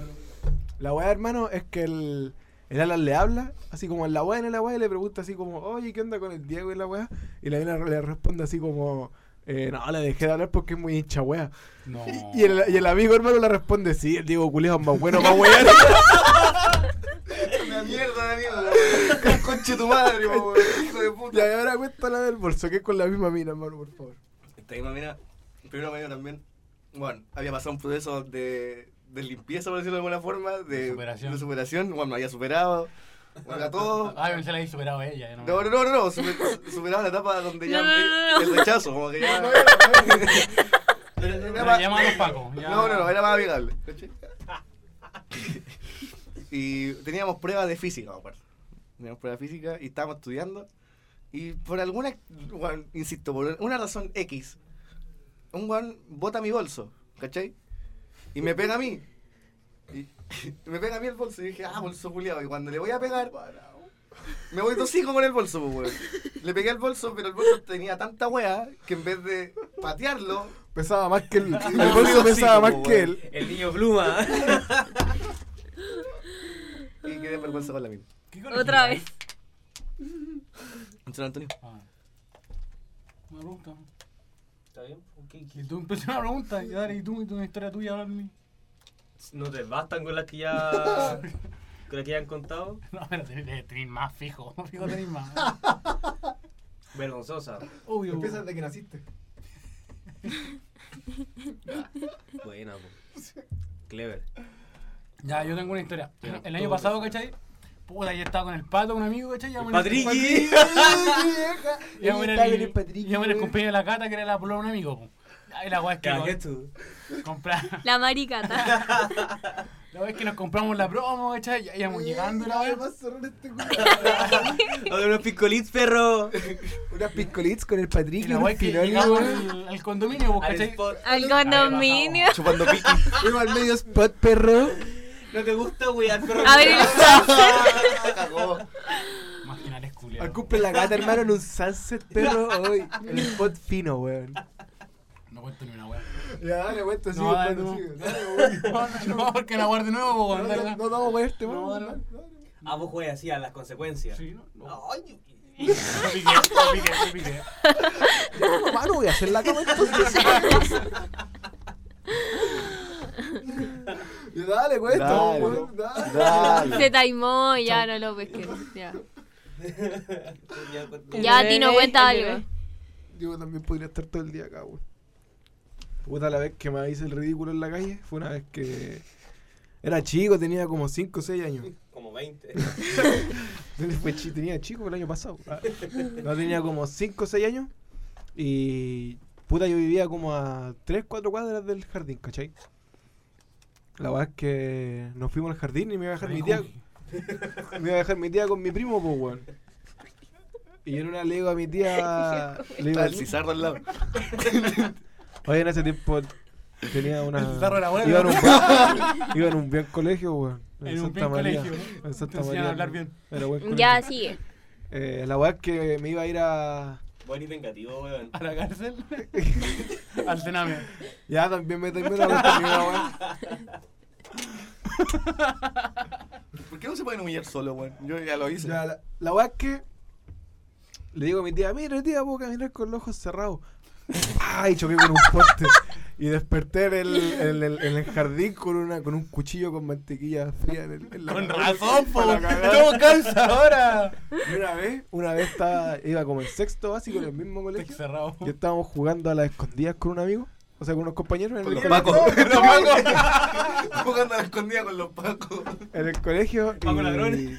La weá, hermano, es que el, el Alan le habla, así como en la weá, en la weá, y le pregunta así como, oye, ¿qué onda con el Diego y la weá? Y la mina le responde así como, eh, no, le dejé de hablar porque es muy hincha weá.
No.
Y el, y el amigo, hermano, le responde, sí, el Diego culiao es más bueno, más weá.
Una mierda de mierda. Conche tu madre, po, weón. hijo de puta.
Ya, y ahora cuéntala del bolso, que es con la misma mina, hermano, por favor.
Esta misma mina, primero medio también, bueno, había pasado un proceso de, de limpieza, por decirlo de alguna forma, de,
De superación.
de superación. Bueno, me había superado, bueno, a todo.
Ay, pensé la había superado ella. ya No,
No, no, no, no, no, super- superaba la etapa donde ya
No, no, no, no.
el rechazo, como que ya... Era- era
Pero
más-
llama a los Pacos. ya.
no, no, no, era más amigable. ¿cachai? y teníamos pruebas de física, me acuerdo. Teníamos pruebas de física y estábamos estudiando. Y por alguna, weón, insisto, por una razón X, un weón bota mi bolso, ¿cachai? Y me pega a mí. Y, me pega a mí el bolso. Y dije, ah, bolso culiado. Y cuando le voy a pegar, me voy tosico con el bolso, pues, weón. Le pegué al bolso, pero el bolso tenía tanta weá que en vez de patearlo,
Pesaba más que él. El
No,
bolso
sí,
pesaba
como,
más que
weón.
él.
El niño pluma.
Y quedé vergüenza con la ¿eh? mina.
¿Qué
Otra
colegio?
vez.
San Antonio.
Ah. Una pregunta.
¿Está bien? ¿Qué- qué-
Y tú empecé una pregunta. Y dale, y tú, y tú una historia tuya, hablarme.
No te bastan con las que ya. ¿Con la que ya han contado?
No, pero tenés tenéis más fijo. Fijo tenéis más.
Vergonzosa.
Obvio.
Empieza desde que naciste.
Buena, po. Clever.
Ya, yo tengo una historia.
Ya,
el año
todo
pasado, ¿cachai? Puta, yo estaba con el pato, un amigo, ¿cachai? Ya me-
Patriqui.
Ya
Oye,
me
está
era
bien
el,
el Patriqui,
ya me era el
weón.
compañero de la cata que era la polola de un amigo. po. Ahí la weá es que
¿Qué
nos-
es tú?
comprar.
La maricata.
La weá es que nos compramos la promo, ¿cachai? Ya íbamos llegando la
Ay,
weá.
más zorrón este culo.
Abre unos piscolits, perro.
Unas piscolits con el Patrick
Y
y
la
unos
weá es que
finoli,
llegamos
weón.
al, al condominio, po,
Al
¿cachai?
spot.
Al condominio.
Chupando piqui.
Iba al medio spot, perro.
¿No te gusta, güey? Al perro.
Abrir el sauce.
Cagó.
Más finales
Al
culiados.
cumple la gata, hermano, en un sunset, perro. Hoy, el spot fino, weón.
No cuento ni una weá.
Ya, dale, cuento,
sigue, hermano, sigue. No, no, no, porque la weá de nuevo, po, weón, dale, dale.
No, no, weón, este,
No,
weón.
dale.
Ah, vos juegas así a las consecuencias.
Sí, no, no.
Ay,
Me piqué, me piqué, me piqué.
No, mano, voy a hacer la cama entonces. Ya, dale, weón,
Dale.
weón, dale.
Se taimó y ya no lo pesqué. Ya,
ya-
ya Tino cuenta
El bebé.
algo.
Yo también podría estar todo el día acá, weón. Puta, la vez que me hice el ridículo en la calle fue una vez que. Era chico, tenía como 5 o 6 años.
Como 20.
Fue chi- tenía chico el año pasado. Ah, No tenía como 5 o 6 años. Y. Puta, yo vivía como a 3, 4 cuadras del jardín, ¿cachai? La verdad es que nos fuimos al jardín y me iba a dejar mi tía. Me iba a dejar mi tía con mi primo, pues, weón. Y yo en una le digo a mi tía. Le digo,
Está el cizarro al lado.
Oye, en ese tiempo tenía una.
El tarro era bueno.
iba, en un buen, iba en un buen colegio, weón.
En un bien colegio.
En
Te
Santa
enseñan
María.
a hablar bien.
Era buen colegio.
Ya sigue.
Eh, la weá es que me iba a ir a.
Buen y vengativo, weón.
A la cárcel. Al cename.
Ya también me terminó la oportunidad, weón.
¿Por qué no se pueden humillar solo, weón? Yo ya lo hice.
Ya, la, la weá es que. Le digo a mi tía, mira tía, puedo caminar con los ojos cerrados. Ay, choqué con un poste. Y desperté en el, en el, en el jardín con una con un cuchillo con mantequilla fría en, el, en la
Con
cabeza.
razón, po.
Para cagar.
Estamos cansa ahora.
Y una vez, una vez estaba, iba como en sexto básico en el mismo colegio.
Cerrado.
Y estábamos jugando a las escondidas con un amigo, o sea, con unos compañeros en
Con
el
los
colegio.
pacos. Con los pacos. Jugando a la escondida con los pacos.
En el colegio.
Paco
y-
ladrón.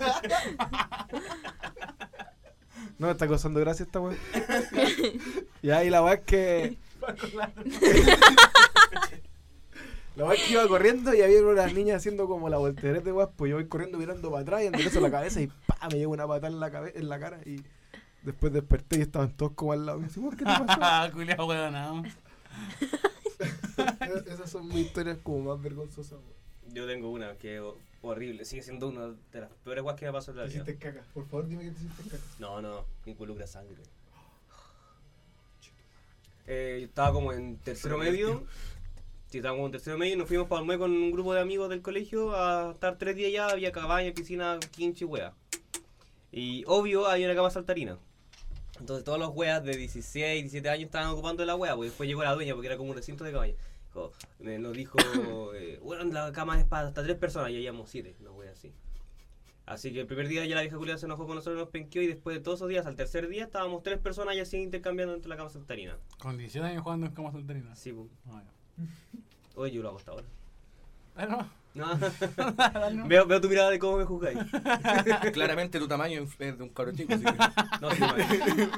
No, me está causando gracia esta weá. y ahí la weá es que. la weá es que iba corriendo y había unas niñas haciendo como la voltereta de weá, pues yo voy corriendo mirando para atrás y enderezo la cabeza y pa, me llevo una patada en la, cabe- en la cara y. Después desperté y estaban todos como al lado. Y me decían, "Weón, ¿qué te pasó?
Culeado, weón. no.
Es- Esas son mis historias como más vergonzosas, weón.
Yo tengo una que es horrible. Sigue siendo una de las peores guas que me pasó en la vida.
caca. Por favor, dime que te hiciste caca.
No, no, involucra sangre. Eh, yo estaba como en tercero medio. Sí, estaba como en tercero medio y nos fuimos para Olmué con un grupo de amigos del colegio a estar tres días allá. Había cabaña, piscina, quinche, wea. Y obvio, había una cama saltarina. Entonces todos los weas de 16, 17 años estaban ocupando la wea, porque después llegó la dueña, porque era como un recinto de cabaña. Dijo- me- nos dijo, eh, bueno, la cama es para hasta tres personas, y habíamos siete, una wea así. Así que el primer día ya la vieja culia se enojó con nosotros, nos penqueó y después de todos esos días, al tercer día, estábamos tres personas y así intercambiando entre la cama saltarina.
Con 17 años jugando en cama solterina.
Sí, po.
Ah, ya.
Oye, yo lo hago hasta ahora.
Bueno,
No. veo, veo tu mirada de cómo me juzgáis.
Claramente tu tamaño es de un cabrón chico. así que
No, sí, no.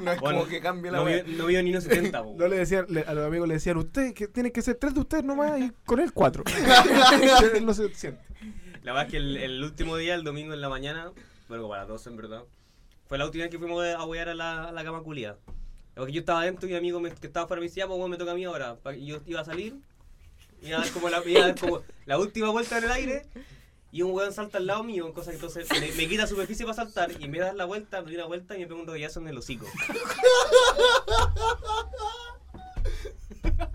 no es
Bueno,
como que cambie la
no,
wea.
veo, no veo ni unos pues, 70, po.
No le decían, le- a los amigos le decían, ustedes que tienen que ser tres de ustedes nomás y con él cuatro. Él no se siente.
La verdad es que el, el último día, el domingo en la mañana, bueno, como a las 12 en verdad, fue la última vez que fuimos a huear a la, a la cama culia. Porque yo estaba adentro y mi amigo me- que estaba fuera me decía, "Ya, pues bueno, me toca a mí ahora. Pa- Y yo iba a salir, iba a dar como la, iba a dar como la última vuelta en el aire, y un weón salta al lado mío, cosa que entonces me, me quita superficie para saltar, y en vez de dar la vuelta, me doy una vuelta y me pego un rodillazo en el hocico. Pero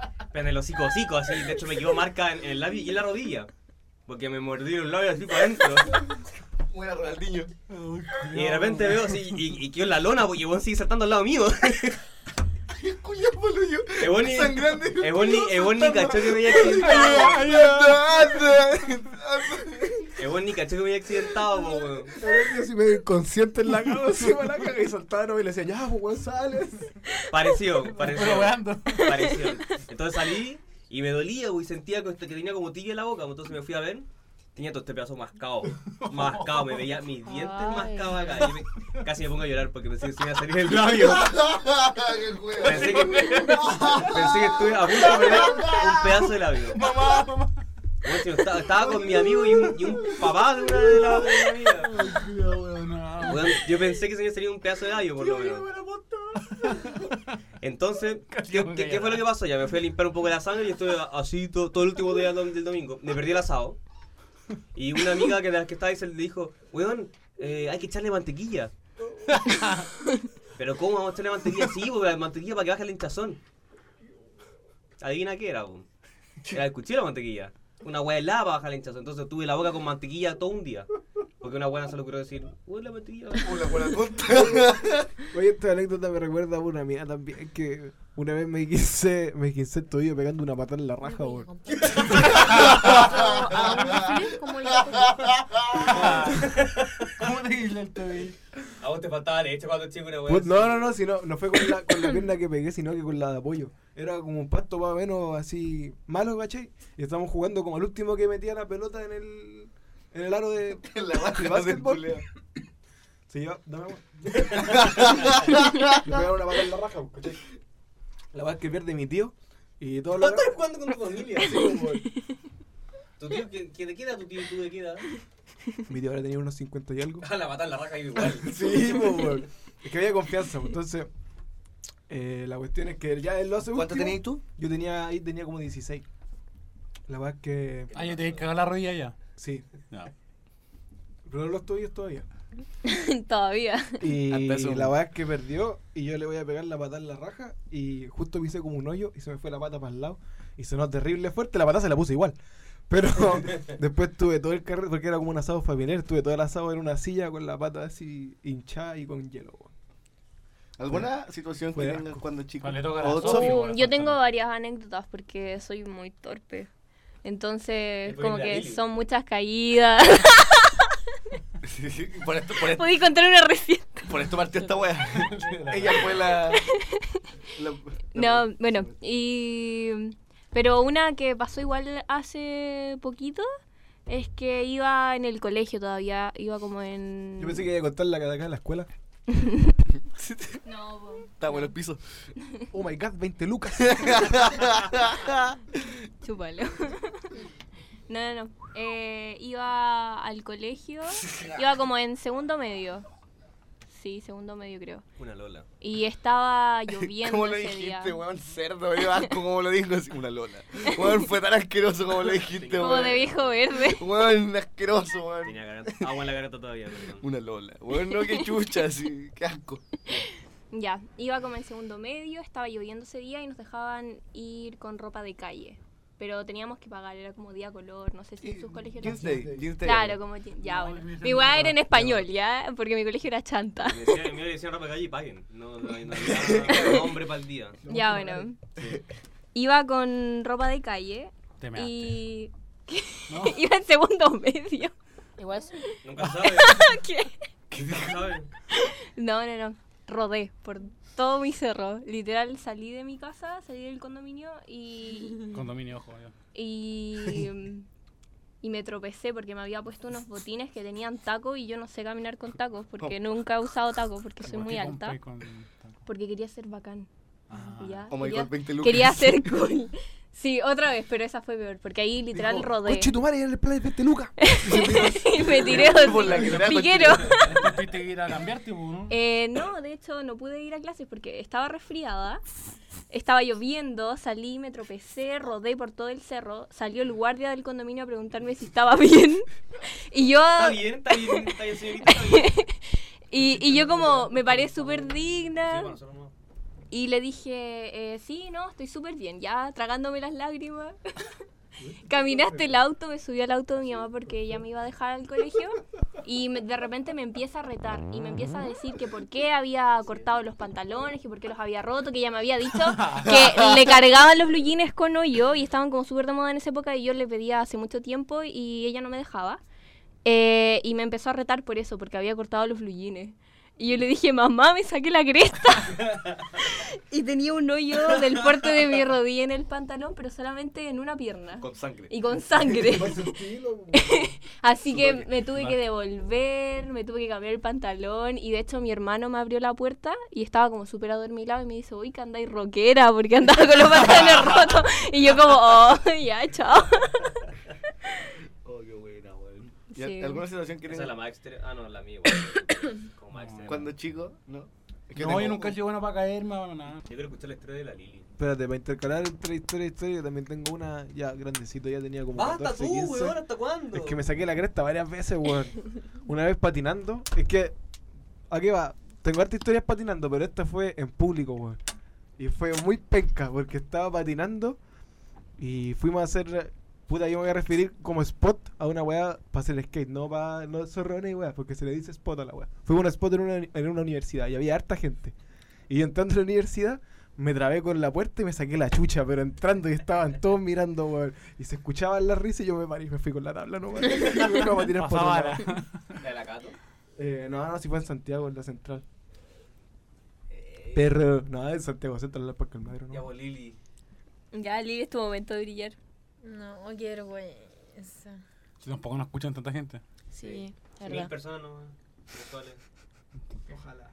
en el hocico, hocico, así, de hecho me quedó marca en, en el labio y en la rodilla. Porque me mordí un labio así para adentro.
Buena Ronaldinho.
Y de repente veo así, y, y quedó en la lona, porque el weón sigue saltando al lado mío.
Culiao, boludo, yo.
El weón ni-
Sangrante.
el weón ni- el weón ni cachó que me había
Anda, anda, anda.
Es bueno, ni cacho que me había accidentado, po, weón.
Yo sí me inconsciente en la cama, encima de la caga y saltaron y le decía, ya, pues, weón, sales.
Pareció, pareció.
Pero weando.
Pareció. Entonces salí y me dolía, güey. Sentía que que tenía como tibia en la boca. Entonces me fui a ver. Tenía todo este pedazo mascado. Mascado. Me veía mis dientes
Ay.
mascados acá. Y me- casi me pongo a llorar porque pensé que se me iba a salir el labio.
¡Qué juego!
Pensé que, pensé que estuve a punto de perder un pedazo de labio.
¡Mamá, mamá!
Güey, si no estaba, estaba con mi amigo y un, y un papá de una de las de mi amiga. Weón, yo pensé que se me sería un pedazo de gallo, por lo menos. Entonces, ¿qué, qué, qué fue lo que pasó? Ya me fui a limpiar un poco la sangre y estuve así to- todo el último día dom- del domingo. Me perdí el asado. Y una amiga que de las que estaba ahí se le dijo, weón, eh, hay que echarle mantequilla. Pero ¿cómo vamos a echarle mantequilla? Sí, porque la mantequilla para que baje la hinchazón. Adivina qué era, weón. Era el cuchillo de mantequilla. Una hueá helada para bajar la hinchazón. Entonces tuve la boca con mantequilla todo un día. Porque una buena se le ocurrió decir, uy, la mantequilla.
Una buena tonta.
Oye, esta anécdota me recuerda a una mía también que una vez me quise, me quise el tobillo pegando una patada en la raja, weón.
Como el-
¿Cómo te guisla el tobillo?
A vos te faltaba leche cuando chico una
Put- Pues, No, no, no, sino, no fue con la, con la pierna que pegué, sino que con la de apoyo. Era como un pasto más o menos así malo, ¿cachai? Y estábamos jugando como al último que metía la pelota en el, en el aro de,
En la
de
baja del
básquetbol.
culeo.
Se lleva, dame agua. Le pegaron una patada en la raja, po, ¿cachai? La weá que pierde mi tío. Y todos los.
estás jugando con tu familia?
Sí, po, weón.
¿Tu tío, que, que de qué edad tu tío y tú de qué edad?
Mi tío ahora tenía unos 50 y algo.
Ah, la matan la raja igual.
Sí, po, weón. Es que había confianza, po. entonces. eh, la cuestión es que ya él lo hace
¿Cuánto
último.
tenías tú?
Yo tenía ahí tenía como 16. La verdad es que
Ah, yo te cagó la rodilla ya.
sí,
No.
pero no los tuyos todavía.
Todavía.
Y
Hasta eso.
la verdad es que perdió y yo le voy a pegar la patada en la raja y justo pisé como un hoyo y se me fue la pata para el lado y sonó terrible fuerte, la patada se la puse igual. Pero después tuve todo el carrete, porque era como un asado familiar, tuve todo el asado en una silla con la pata así hinchada y con hielo. weón.
¿Alguna situación que
Fue
tengas cuando chico?
Cuando le toca la
O
sopa.
Sofi.
igual,
Uh, yo
bastante.
tengo varias anécdotas porque soy muy torpe. Entonces,
Es porque
como
la
que
Lili.
son muchas caídas.
Sí, sí, por esto, por esto,
Podí contar una reciente.
por esto partió esta wea. Ella fue la. la- la-
No, bueno, y. Pero una que pasó igual hace poquito es que iba en el colegio todavía, iba como en.
Yo pensé que iba a contar la de acá en la escuela.
No, po.
Está bueno el piso.
Oh my god, 20 lucas.
Chúpalo.
No, no, no. Eh, iba al colegio. Iba como en segundo medio. Sí, segundo medio creo.
Una lola.
Y estaba lloviendo
¿Cómo lo
ese
dijiste,
día.
weón? Cerdo, me dio asco como lo dijo así. Una lola. Weón, fue tan asqueroso como lo dijiste,
Como de
weón.
viejo verde.
Weón, asqueroso, weón.
Tenía garganta- agua en la garganta todavía, perdón.
Una lola. Weón, no, qué chucha, así. Qué asco.
Ya, iba como en segundo medio, estaba lloviendo ese día y nos dejaban ir con ropa de calle. Pero teníamos que pagar, era como día color, no sé si en sus colegios lo
Jeans
hacían.
Day. Jeans Day.
Claro, como jean- ya,
No,
bueno.
me dicen
Igual
ropa-
era en español, ya, porque mi colegio era chanta.
Me decían, me decían ropa de calle y paguen. No, no, no, no, hombre para el día.
Ya, bueno. Iba con ropa de calle
Te measte.
y
No.
iba en segundo medio.
Igual sí.
Nunca sabes.
¿Qué?
Nunca sabes.
No, no, no. Rodé por todo mi cerro. Literal, salí de mi casa, salí del condominio y.
Condominio, ojo. yo.
Y. Y me tropecé porque me había puesto unos botines que tenían taco y yo no sé caminar con tacos porque nunca he usado tacos porque soy
¿Por
muy
qué
alta.
compré con taco?
Porque quería ser bacán.
Ah.
¿ya?
Oh my
Quería-
god, 20 lucas.
Quería ser cool. Sí, otra vez, pero esa fue peor porque ahí literal rodé.
Coche tu madre, en el plan de 20 lucas.
y me tiré así,
Por la que te da
piquero.
¿Tú tuviste que ir a cambiarte, po, no?
Eh, no, de hecho no pude ir a clases porque estaba resfriada, estaba lloviendo, salí, me tropecé, rodé por todo el cerro, salió el guardia del condominio a preguntarme si estaba bien y yo
Está bien, está bien, está bien, señorita, está bien. Sí,
y, y yo como me paré súper
para
digna
nosotros no.
y le dije eh, sí, no, estoy súper bien, ya tragándome las lágrimas. Caminaste el auto, me subí al auto de mi mamá porque ella me iba a dejar al colegio y me- de repente me empieza a retar y me empieza a decir que por qué había cortado los pantalones, que por qué los había roto, que ella me había dicho que le cargaban los blue jeans con hoyo y estaban como súper de moda en esa época y yo le pedía hace mucho tiempo y ella no me dejaba. Eh, y me empezó a retar por eso, porque había cortado los blue jeans. Y yo le dije, mamá, me saqué la cresta. y tenía un hoyo del porte de mi rodilla en el pantalón, pero solamente en una pierna.
Con sangre.
Y con sangre.
Con su estilo,
Así
Su
que
toque.
me tuve
Va.
que devolver, me tuve que cambiar el pantalón. Y de hecho, mi hermano me abrió la puerta y estaba como súper adormilado. Y me dice, uy, que andáis rockera, porque andaba con los pantalones rotos. Y yo, como, oh, ya, chao.
Oh, qué buena, weón. ¿Y
Sí.
al- alguna situación que
Esa es la
tenga
más extrema. Ah, no, la mía, weón. Como más extrema.
cuando chico? No. Es que
No,
tengo-
yo nunca he sido bueno para caerme, bueno, nada.
Yo quiero escuchar la historia de la Lili.
Espérate, para intercalar entre historia y historia, yo también tengo una ya grandecito, ya tenía como 14, 15.
¿Hasta cuándo?
Es que me saqué la cresta varias veces, weón. Una vez patinando, es que. ¿A qué va? Tengo harta historias patinando, pero esta fue en público, weón. Y fue muy penca, porque estaba patinando y fuimos a hacer. Puta, yo me voy a referir como spot a una weá para hacer skate, no para no zorrones y weá, porque se le dice spot a la weá. Fuimos a un spot en una, en una universidad y había harta gente. Y entrando a la universidad, me trabé con la puerta y me saqué la chucha, pero entrando y estaban todos mirando, weón. Y se escuchaban las risas y yo me paré y me fui con la tabla, no, weón. Y me fui como a tirar por otro
Pasaba
lado.
¿La de la Cato?
Eh, no, no, si fue en Santiago, en la central. Pero, no, en Santiago Central, en la Parque Almagro,
Eh. Ya,
no.
vos, Lili.
Ya, Lili, es tu momento de brillar.
No, qué vergüenza.
Si tampoco nos escuchan tanta gente.
Sí, la
Mil
verdad.
personas nomás. virtuales.
Ojalá.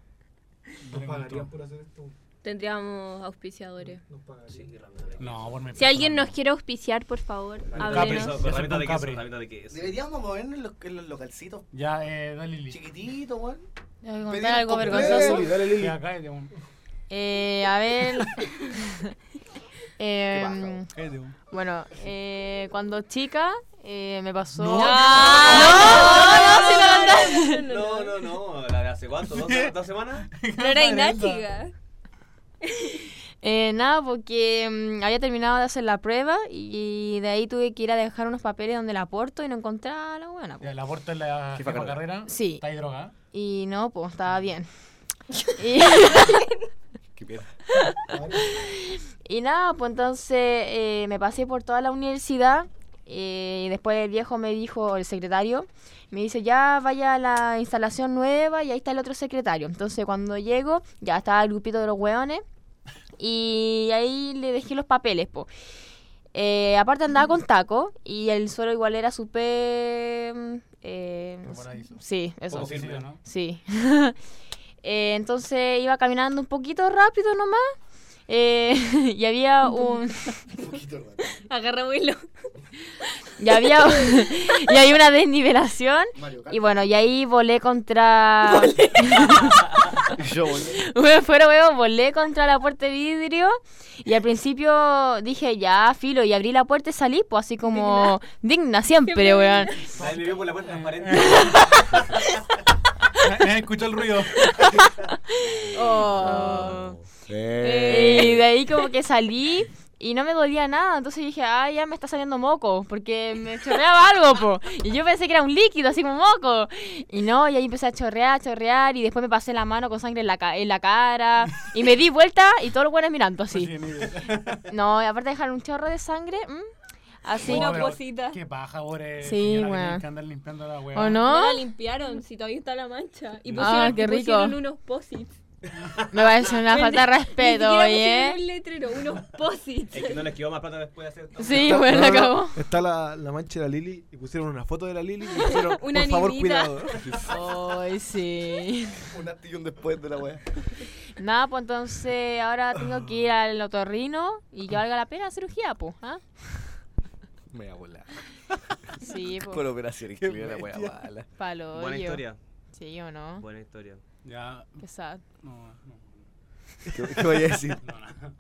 Nos pagarían
por hacer esto.
Tendríamos auspiciadores.
Nos pagarían.
Sí, ramita de-
No, por mi
Si alguien nos quiere auspiciar, por favor,
Capri,
háblenos.
so- con
Eso
ramita
con
de queso,
Capri.
ramita de queso.
Deberíamos movernos en los, en los localcitos
Ya, eh, dale, Lili.
chiquititos, weón.
Tengo que
Pedir
contar
el
algo
completo.
vergonzoso.
Dale, dale, Lili.
Ya, cállate, weón.
Eh, a ver. Eh,
baja, weón.
Cállate, weón.
bueno, eh, cuando chica eh, me pasó.
No.
¡Ah! no, no, no, sí, no, no,
No, no, no. ¿La de hace cuánto? ¿Dos, dos semanas?
No era Ináchiga.
Eh, nada, porque mm, había terminado de hacer la prueba y de ahí tuve que ir a dejar unos papeles donde la aporto y no encontraba a la buena.
Ya, la puerta es la
Jefa
jefa
Carrera.
carrera.
Sí.
Está ahí drogada.
Y no, pues estaba bien. Y,
Qué mierda.
y nada, pues entonces eh, me pasé por toda la universidad eh, y después el viejo me dijo, el secretario, me dice, ya vaya a la instalación nueva y ahí está el otro secretario. Entonces cuando llego, ya estaba el grupito de los hueones y ahí le dejé los papeles, po. Eh, aparte andaba con taco y el suelo igual era súper... mm, eh,
Resbaladizo.
sí, eso.
Poco físico, ¿no?
Sí. Eh, entonces iba caminando un poquito rápido nomás. eh, y había un.
Agarra hilo.
Y había, y había una desnivelación. Y bueno, y ahí volé contra.
Yo, weón.
Bueno, fuera huevo, volé contra la puerta de vidrio. Y al principio dije, ya, filo. Y abrí la puerta y salí, pues así como. Digna, siempre,
Siempre
weón.
La Lili vio por la puerta transparente.
Nadie escuchó el ruido.
Oh. Y de ahí como que salí y no me dolía nada. Entonces dije, ah, ya me está saliendo moco, porque me chorreaba algo, po. Y yo pensé que era un líquido, así como moco. Y no, y ahí empecé a chorrear, chorrear, y después me pasé la mano con sangre en la, ca- en la cara. Y me di vuelta y todos los buenos mirando
Pues
así. No, y aparte de dejar un chorro de sangre, ¿mm? así.
Una
No, pero
cosita.
Qué paja, pobre.
Sí,
señora, que
weón.
tiene que andar limpiando la weá.
¿O
No
no?
la limpiaron, si todavía está la mancha. Y
No.
pusieron,
Ah, qué
y
rico.
pusieron unos posits.
Me parece una falta de respeto,
Ni siquiera
oye. eh.
pusieron un letrero, unos posits.
El que no les quedó más plata después de hacer esto.
Sí, bueno,
No, no, no.
acabó.
Está la, la mancha de la Lili y pusieron una foto de la Lili y pusieron,
Una
por favor,
nimita.
cuidado.
Ay, sí.
Un antes y un después de la weá.
Nada, pues entonces ahora tengo que ir al otorrino y que valga la pena la cirugía, pues. ¿ah?
Me voy a volar.
Sí,
Con
pues.
operación incluida la weá mala.
Palo.
Buena historia.
Sí o no.
Buena historia.
Ya.
Qué sad.
No, no.
¿Qué, qué voy a decir?
No, nada.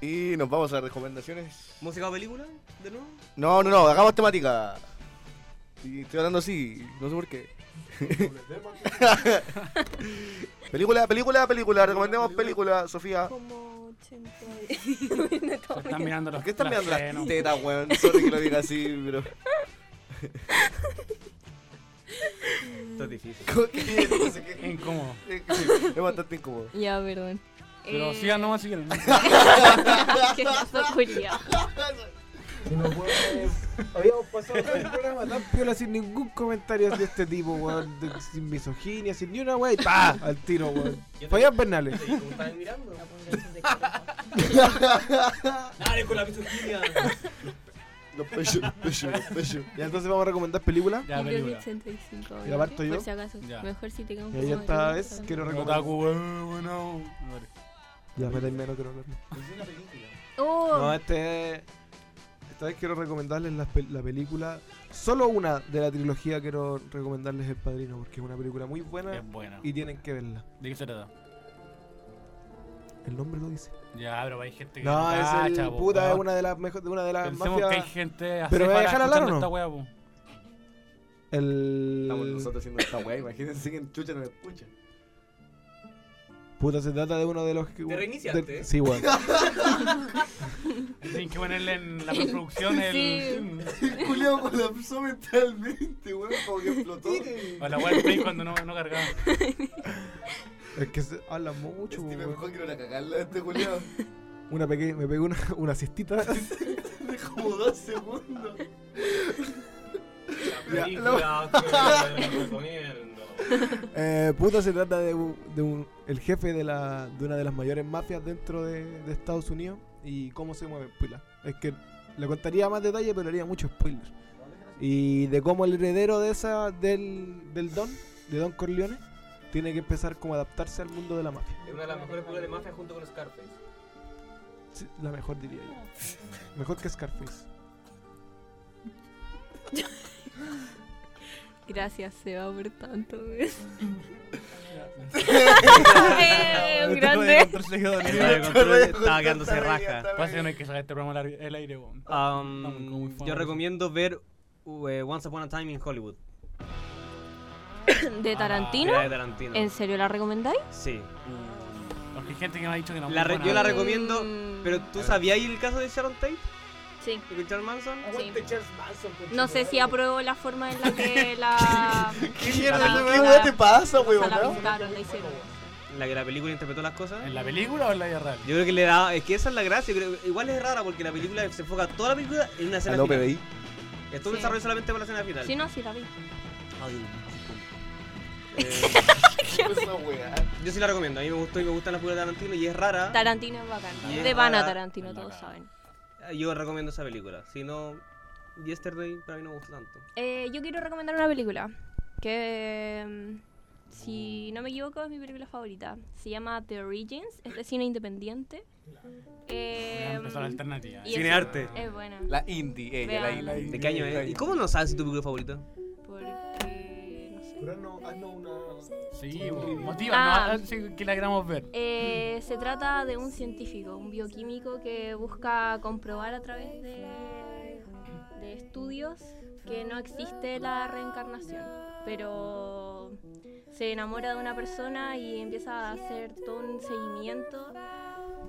Y nos vamos a recomendaciones.
¿Música o película? ¿De nuevo?
No, no, no, hagamos temática. Y estoy hablando así, no sé por qué. película, película, película, recomendemos película, Sofía.
Como
Se están mirando los
¿Por qué están mirando las
senos.
tetas, weón? Sorry que lo diga así, pero.
Esto es difícil.
Entonces, ¿qué?
Incómodo.
Eh, sí, es bastante incómodo.
Ya, perdón.
Pero
Eh,
sigan nomás si quieren.
que ya fue culiao.
Habíamos pasado todo el programa tan piola sin ningún comentario de este tipo, weón. de- Sin misoginia, sin ni una weá. Y ¡pa! Al tiro, weón. Fabián Bernales.
¿Cómo están mirando? Dale con la misoginia.
Los pechos, los pechos, los pechos.
Y entonces vamos a recomendar películas.
Ya, película.
85.
¿Y la parto yo?
Por si acaso.
Ya.
Mejor si te queda un
Y ahí
poco
esta
más de
vez
gusto.
quiero recomendar.
Otaku, weón, bueno. Madre.
Ya, me termino, quiero hablar.
Oh,
No, este. Esta vez quiero recomendarles la, pel- la película. Solo una de la trilogía quiero recomendarles El Padrino, porque es una película muy buena
Es buena.
y tienen que verla.
¿De qué se trata?
El nombre lo dice.
Ya, pero hay gente que
No, es el-
cacha, po,
puta, es
Ah, weón.
una de las mejores, una de las
Pensemos que hay
mafias.
gente así
¿Pero me voy a dejar hablar o no?
esta wea, po.
Estamos
El
nosotros haciendo esta weá, imagínense que en chucha no me escucha.
puta se trata de uno de los que
Te reiniciaste.
del- Sí, weón.
Tienen que ponerle en la producción el.
El culiao colapsó mentalmente, weón, como que explotó.
O la wea del Play cuando no, no cargaba.
es que se habla mucho,
Stephen
weón.
Hawking era cagarla este culiao.
Una pequeña, me pegué una, una siestita.
De como dos segundos.
Película que les recomiendo.
Eh, puta, se trata de, un- de un, el jefe de, la, de una de las mayores mafias dentro de, de Estados Unidos y cómo se mueve. Pula. Es que le contaría más detalle, pero haría mucho spoiler. Y de cómo el heredero de esa del, del Don, de Don Corleone, tiene que empezar como a adaptarse al mundo de la mafia.
Es una de las mejores películas de mafia junto con Scarface.
Sí, La mejor diría yo. Mejor que Scarface.
gracias, Seba, por tanto. güey.
Esto
Eh,
de
un grande.
control se quedó dormido.
Estaba control estaba quedándose raja.
Pues,
Parece que no hay que sacar este programa al aire- el aire, weón.
Um,
Estamos como muy famosos.
yo recomiendo ver uh, eh, Once Upon a Time in Hollywood.
¿De
de
Tarantino?
la de Tarantino.
¿En serio la recomendáis?
Sí.
Porque hay gente que me ha dicho que no.
La re-
muy
yo la
buena.
recomiendo,
Mm.
pero
Eh.
¿tú sabías el caso de Sharon Tate
Sí.
y Richard Manson?
sí. No sé si apruebo la forma en la que la.
¿Qué mierda,
la-
qué weá te pasa,
o sea,
weón?
la
no?
pintaron, la hicieron.
La que la película interpretó las cosas.
¿En la película o en la vida real?
Yo creo que le da, es que esa es la gracia, pero igual es rara porque la película se enfoca toda la película en una escena
Aló,
final.
PDI.
Es todo
Sí.
un desarrollo solamente para la escena final.
Sí, no, sí la vi.
Ay, disculpa. Eh,
Esa weá.
yo sí la recomiendo, a mí me gustó y me gustan las películas de Tarantino y es rara.
Tarantino es bacán.
Y es
De Vana
bacán.
Tarantino,
Es
todos
bacán.
saben.
Yo recomiendo esa película, si no, Yesterday para mí no me gustó tanto.
Eh, yo quiero recomendar una película que, mm,
Mm.
si no me equivoco, es mi película favorita. Se llama The Origins, es de cine independiente. Eh,
Empezó la alternativa.
y
Sí,
Cine
es-
arte.
Es buena.
La indie, ella, la
Vean.
isla indie.
¿De qué año es? ¿Y cómo no sabes si tu película favorita?
Porque. No sé.
Sí, weón. Motiva,
Ah.
no, ah, sí, que la queramos ver.
Eh, se trata de un científico, un bioquímico que busca comprobar a través de, de estudios que no existe la reencarnación, pero se enamora de una persona y empieza a hacer todo un seguimiento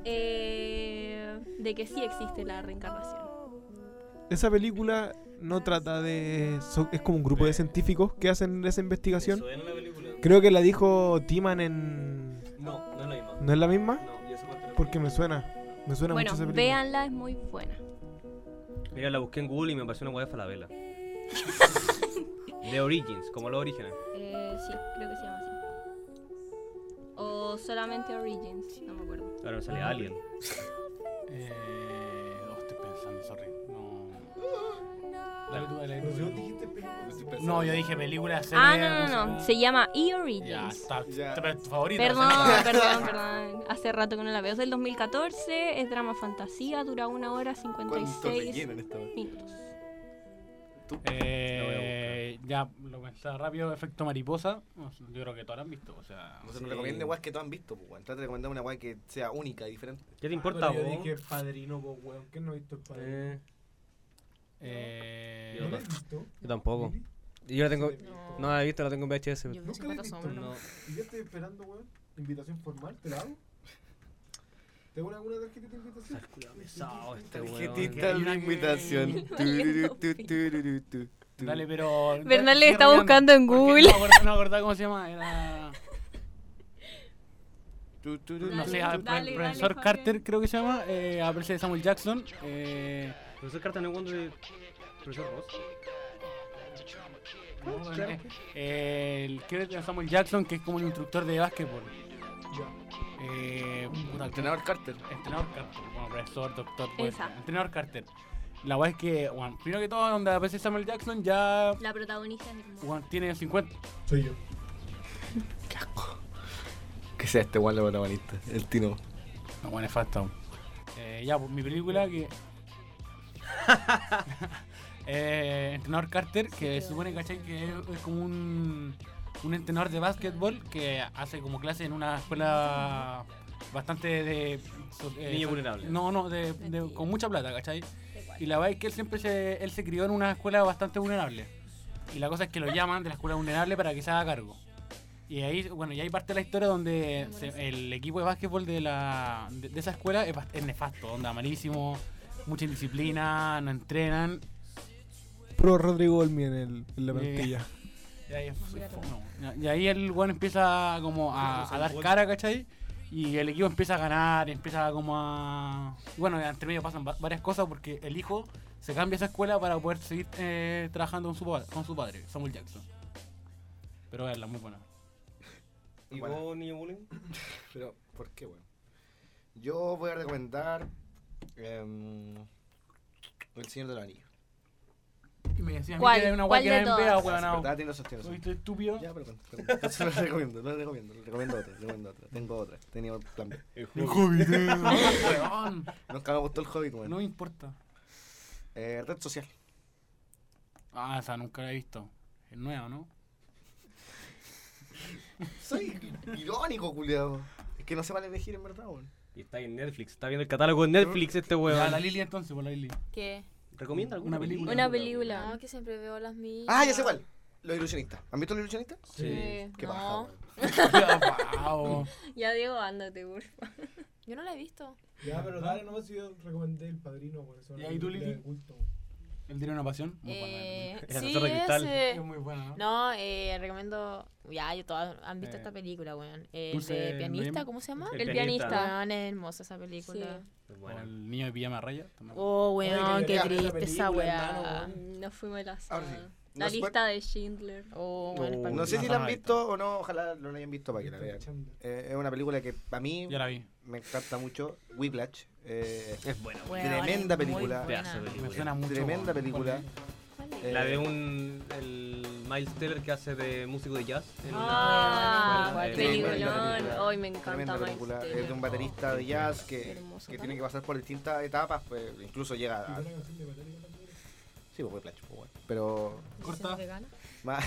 eh, de que sí existe la reencarnación.
Esa película no trata de. so- es como un grupo de científicos que hacen esa investigación.
¿Suena la película?
Creo que la dijo Timan en.
No, no es la misma.
¿No es la misma?
No, yo soporto la
Porque me suena. Me suena
Bueno,
mucho esa película.
véanla, es muy buena.
Mira, la busqué en Google y me pareció una hueá de falabella. De Origins, como los orígenes.
Eh, sí, creo que se llama así. O solamente Origins, no me acuerdo.
Ahora me sale Alien.
Eh. oh, estoy pensando, sorry. No. Dale tú, dale
Pues
tú. No, yo dije película, serie.
Ah, no, no, no.
música.
Se llama E-Origins.
Ya, está.
Ya.
Pero es tu favorito.
Perdón,
o sea, no.
perdón, perdón. Hace rato que no la veo. Es del 2014, es drama fantasía, dura una hora
¿Cuánto me
56
llenan esta weá?
minutos.
Eh, ya, lo pensaba rápido, efecto mariposa. No sé, Yo creo que todas la han visto. O sea,
No se
sí.
nos recomiende weas que todos han visto, pues, weón. Trata de recomendar una weá que sea única y diferente.
¿Qué te importa, vos?
padrino, po, weón. ¿Qué no he visto el
Eh,
Eh,
yo, no- yo tampoco. Yo la tengo. No la he visto, la tengo en VHS.
Yo vi 50 sombras.
No.
Y yo estoy esperando, weón. Invitación formal, te la hago.
¿Tengo alguna tarjetita de invitación?
este
Tarjetita de invitación.
Valiendo
Tu, tu, tu, tu, tu, tu.
Dale, pero.
Bernal le
sigue
está
riendo,
buscando en
porque
Google.
No me acuerdo- no me acordaba cómo se llama. Era.
Tu, tu, tu,
No
tu,
sé,
tu,
al
tu.
pro-
dale,
profesor
Javier.
Carter, creo que se llama. Eh, a de Samuel Jackson. Eh,
Profesor Carta no es cuando de. Profesor Ross.
no, eh, el, creo que Samuel Jackson, que es como un instructor de básquetbol. Eh, puta,
Entrenador Carter.
Entrenador Carter, bueno, profesor, doctor, puede
Esa.
ser. entrenador Carter. La weá es que, bueno, primero que todo, donde aparece Samuel Jackson ya
La protagonista es hermosa.
bueno, tiene 50.
Soy yo.
Que sea este Juan la protagonista. El Tino.
No, bueno, es fast Eh, ya, pues mi película que. eh, entrenador Carter, que se supone, ¿cachai? Que es, es como un, un entrenador de básquetbol que hace como clase en una escuela bastante de. so- eh,
Niño
so-
vulnerable.
No, no, de- de- con mucha plata, ¿cachai? Y la verdad es que él siempre se, él se crió en una escuela bastante vulnerable. Y la cosa es que lo llaman de la escuela vulnerable para que se haga cargo. Y ahí, bueno, y ahí parte la historia donde se- el equipo de básquetbol de, la, de, de esa escuela es, bast- es nefasto, onda malísimo, mucha indisciplina, no entrenan.
Pro Rodrigo Olmi en, el- en la
Eh,
plantilla.
Y ahí, es- fome. Y ahí el weón empieza como a, a dar cara, ¿cachai? Y el equipo empieza a ganar, empieza como a... Bueno, entre medio pasan va- varias cosas porque el hijo se cambia a esa escuela para poder seguir eh, trabajando con su, pa- con su padre, Samuel Jackson. Pero es la muy buena.
¿Y
Bueno.
vos, niño bullying?
Pero, ¿por qué, bueno? Yo voy a recomendar. em, el Señor de los Anillos.
Y me decían
¿Cuál?
que era una
¿Cuál
weá que
de
era en
todas?
pega, weón.
¿Verdad? Tino sostiene eso.
¿Soy estúpido?
Ya, pero bueno, entonces lo recomiendo, lo recomiendo, lo recomiendo otra, recomiendo otra. Tengo otra, tenía otro plan B.
Weón,
Nunca me gustó el Hobbit, weón.
No me importa.
Eh, red social.
Ah, esa nunca la he visto. Es nueva, ¿no?
Soy irónico, culiado. Es que no se vale elegir en verdad, weón.
Y está ahí en Netflix. Está viendo el catálogo de Netflix este
A la
weón.
Lili entonces, por la Lili.
¿Qué?
¿Recomienda alguna
Una película.
Una
No,
película.
que siempre veo las mías.
Ah, ya sé cuál. Los ilusionistas. ¿Han visto los ilusionistas?
Sí.
Qué
no,
paja, weón.
Wow.
Ya Diego, ándate, porfa.
yo no la he visto.
Ya, pero dale nomás si yo recomendé El Padrino, por eso.
¿Y ahí tú, Lili? ¿El tiene una pasión? Muy buena.
Eh,
Era
sí,
Zorro Cristal.
ese.
Es muy buena, ¿no?
No, eh, recomiendo. Ya, yo todas han visto
Eh,
esta película, weón. Eh,
Dulce
de
en
pianista,
Noviembre.
¿cómo se llama?
El
El pianista.
Weón, es hermosa esa película.
O
Bueno.
el niño de pijama raya. también.
Oh, weón, qué
quería ver esa
triste esa
película,
weá.
Mm, Nos fuimos la
Ahora sí.
saga. La
No se
lista de Schindler.
Oh, weón, es
No,
para
No sé
mí.
si
No,
la
no,
han
ahí
visto o no, ojalá no la hayan visto para que la vean. Eh, es una película que a mí
Ya la vi.
me encanta mucho. Whiplash. Eh,
Es buena.
Weón,
Tremenda
es muy
película.
buena.
Pedazo de
Me
película.
suena mucho.
tremenda
weón.
película. Eh,
La de un. El Miles Teller que hace de músico de jazz. en
Ah,
una- en-
tremenda
peliculón.
película,
Hoy me encanta
tremenda
Miles
película.
Teller.
Es de un baterista de jazz que,
Hermoso
que tiene que pasar por distintas etapas, pues, incluso llega a... Sí, pues Whiplash, pues, bueno. Pero...
Corta.
Más,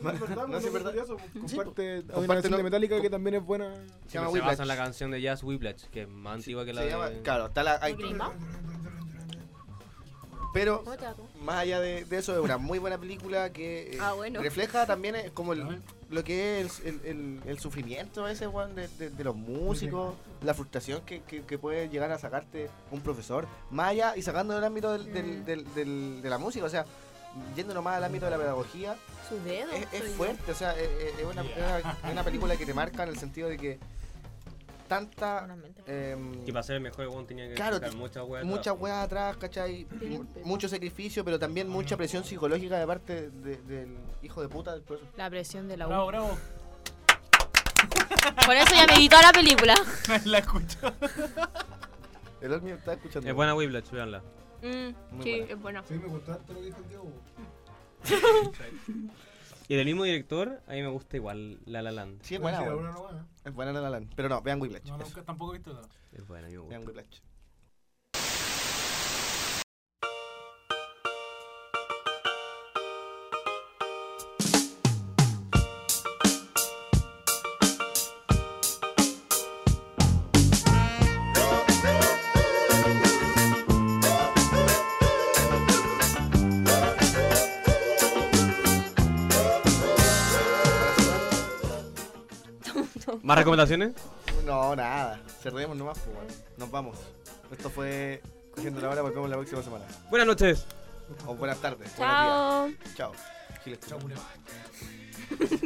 más- no sé, ¿verdad?
Comparte, hay una
Comparte
canción
lo-
de Metallica que también es buena.
Se
Se
llama
basa en la
Whiplash.
canción de jazz Whiplash, que es más antigua que la
Se
de...
llama- claro, está la... hay-
¿Green Box?
pero
¿Cómo te va tú?
más allá de, de eso, es una muy buena película que eh,
Ah, bueno.
refleja también eh, como
A ver.
el, lo que es el, el- el sufrimiento ese, weón, de, de- de los músicos, la frustración que, que- que puede llegar a sacarte un profesor, más allá y sacando del ámbito del-
Mm.
del- del- del- de la música, o sea, yéndonos más al ámbito de la pedagogía,
Sus dedos.
es, es
soy yo.
fuerte, o sea, es, es- es una, es una- es una película que te marca en el sentido de que tanta...
Unas mentes.
em,
Que para ser el mejor weón tenía que
Claro,
sacar
ti-
muchas weas.
muchas
atrás.
weas atrás, ¿cachai? Mu- Mucho sacrificio, pero también mucha presión psicológica de parte de- del hijo de puta del profesor.
La presión de la
Bravo,
U.
bravo.
Por eso ya me vi toda la película.
la escucho.
El Olmi está escuchando.
Es buena Whiplash, veanla.
Mm,
Muy
sí,
buena.
es buena.
Sí, me gustó harto lo que dijo el Diego.
Y del mismo director, a mí me gusta igual La La Land.
Sí, es
Puede
buena,
ser
weón.
alguna nomás, ¿eh?
Es buena la La Land. Pero no, vean Whiplash.
No,
Eso,
nunca, tampoco he visto esa.
Es buena, a mí me gusta.
Vean Whiplash.
¿Más recomendaciones?
No, nada. Cerremos nomás, pues, weón. Nos vamos. Esto fue Cogiendo la Hora. Volvemos la próxima semana.
Buenas noches.
O buenas tardes.
Chao.
Buenos días. Chao. Giles, tú.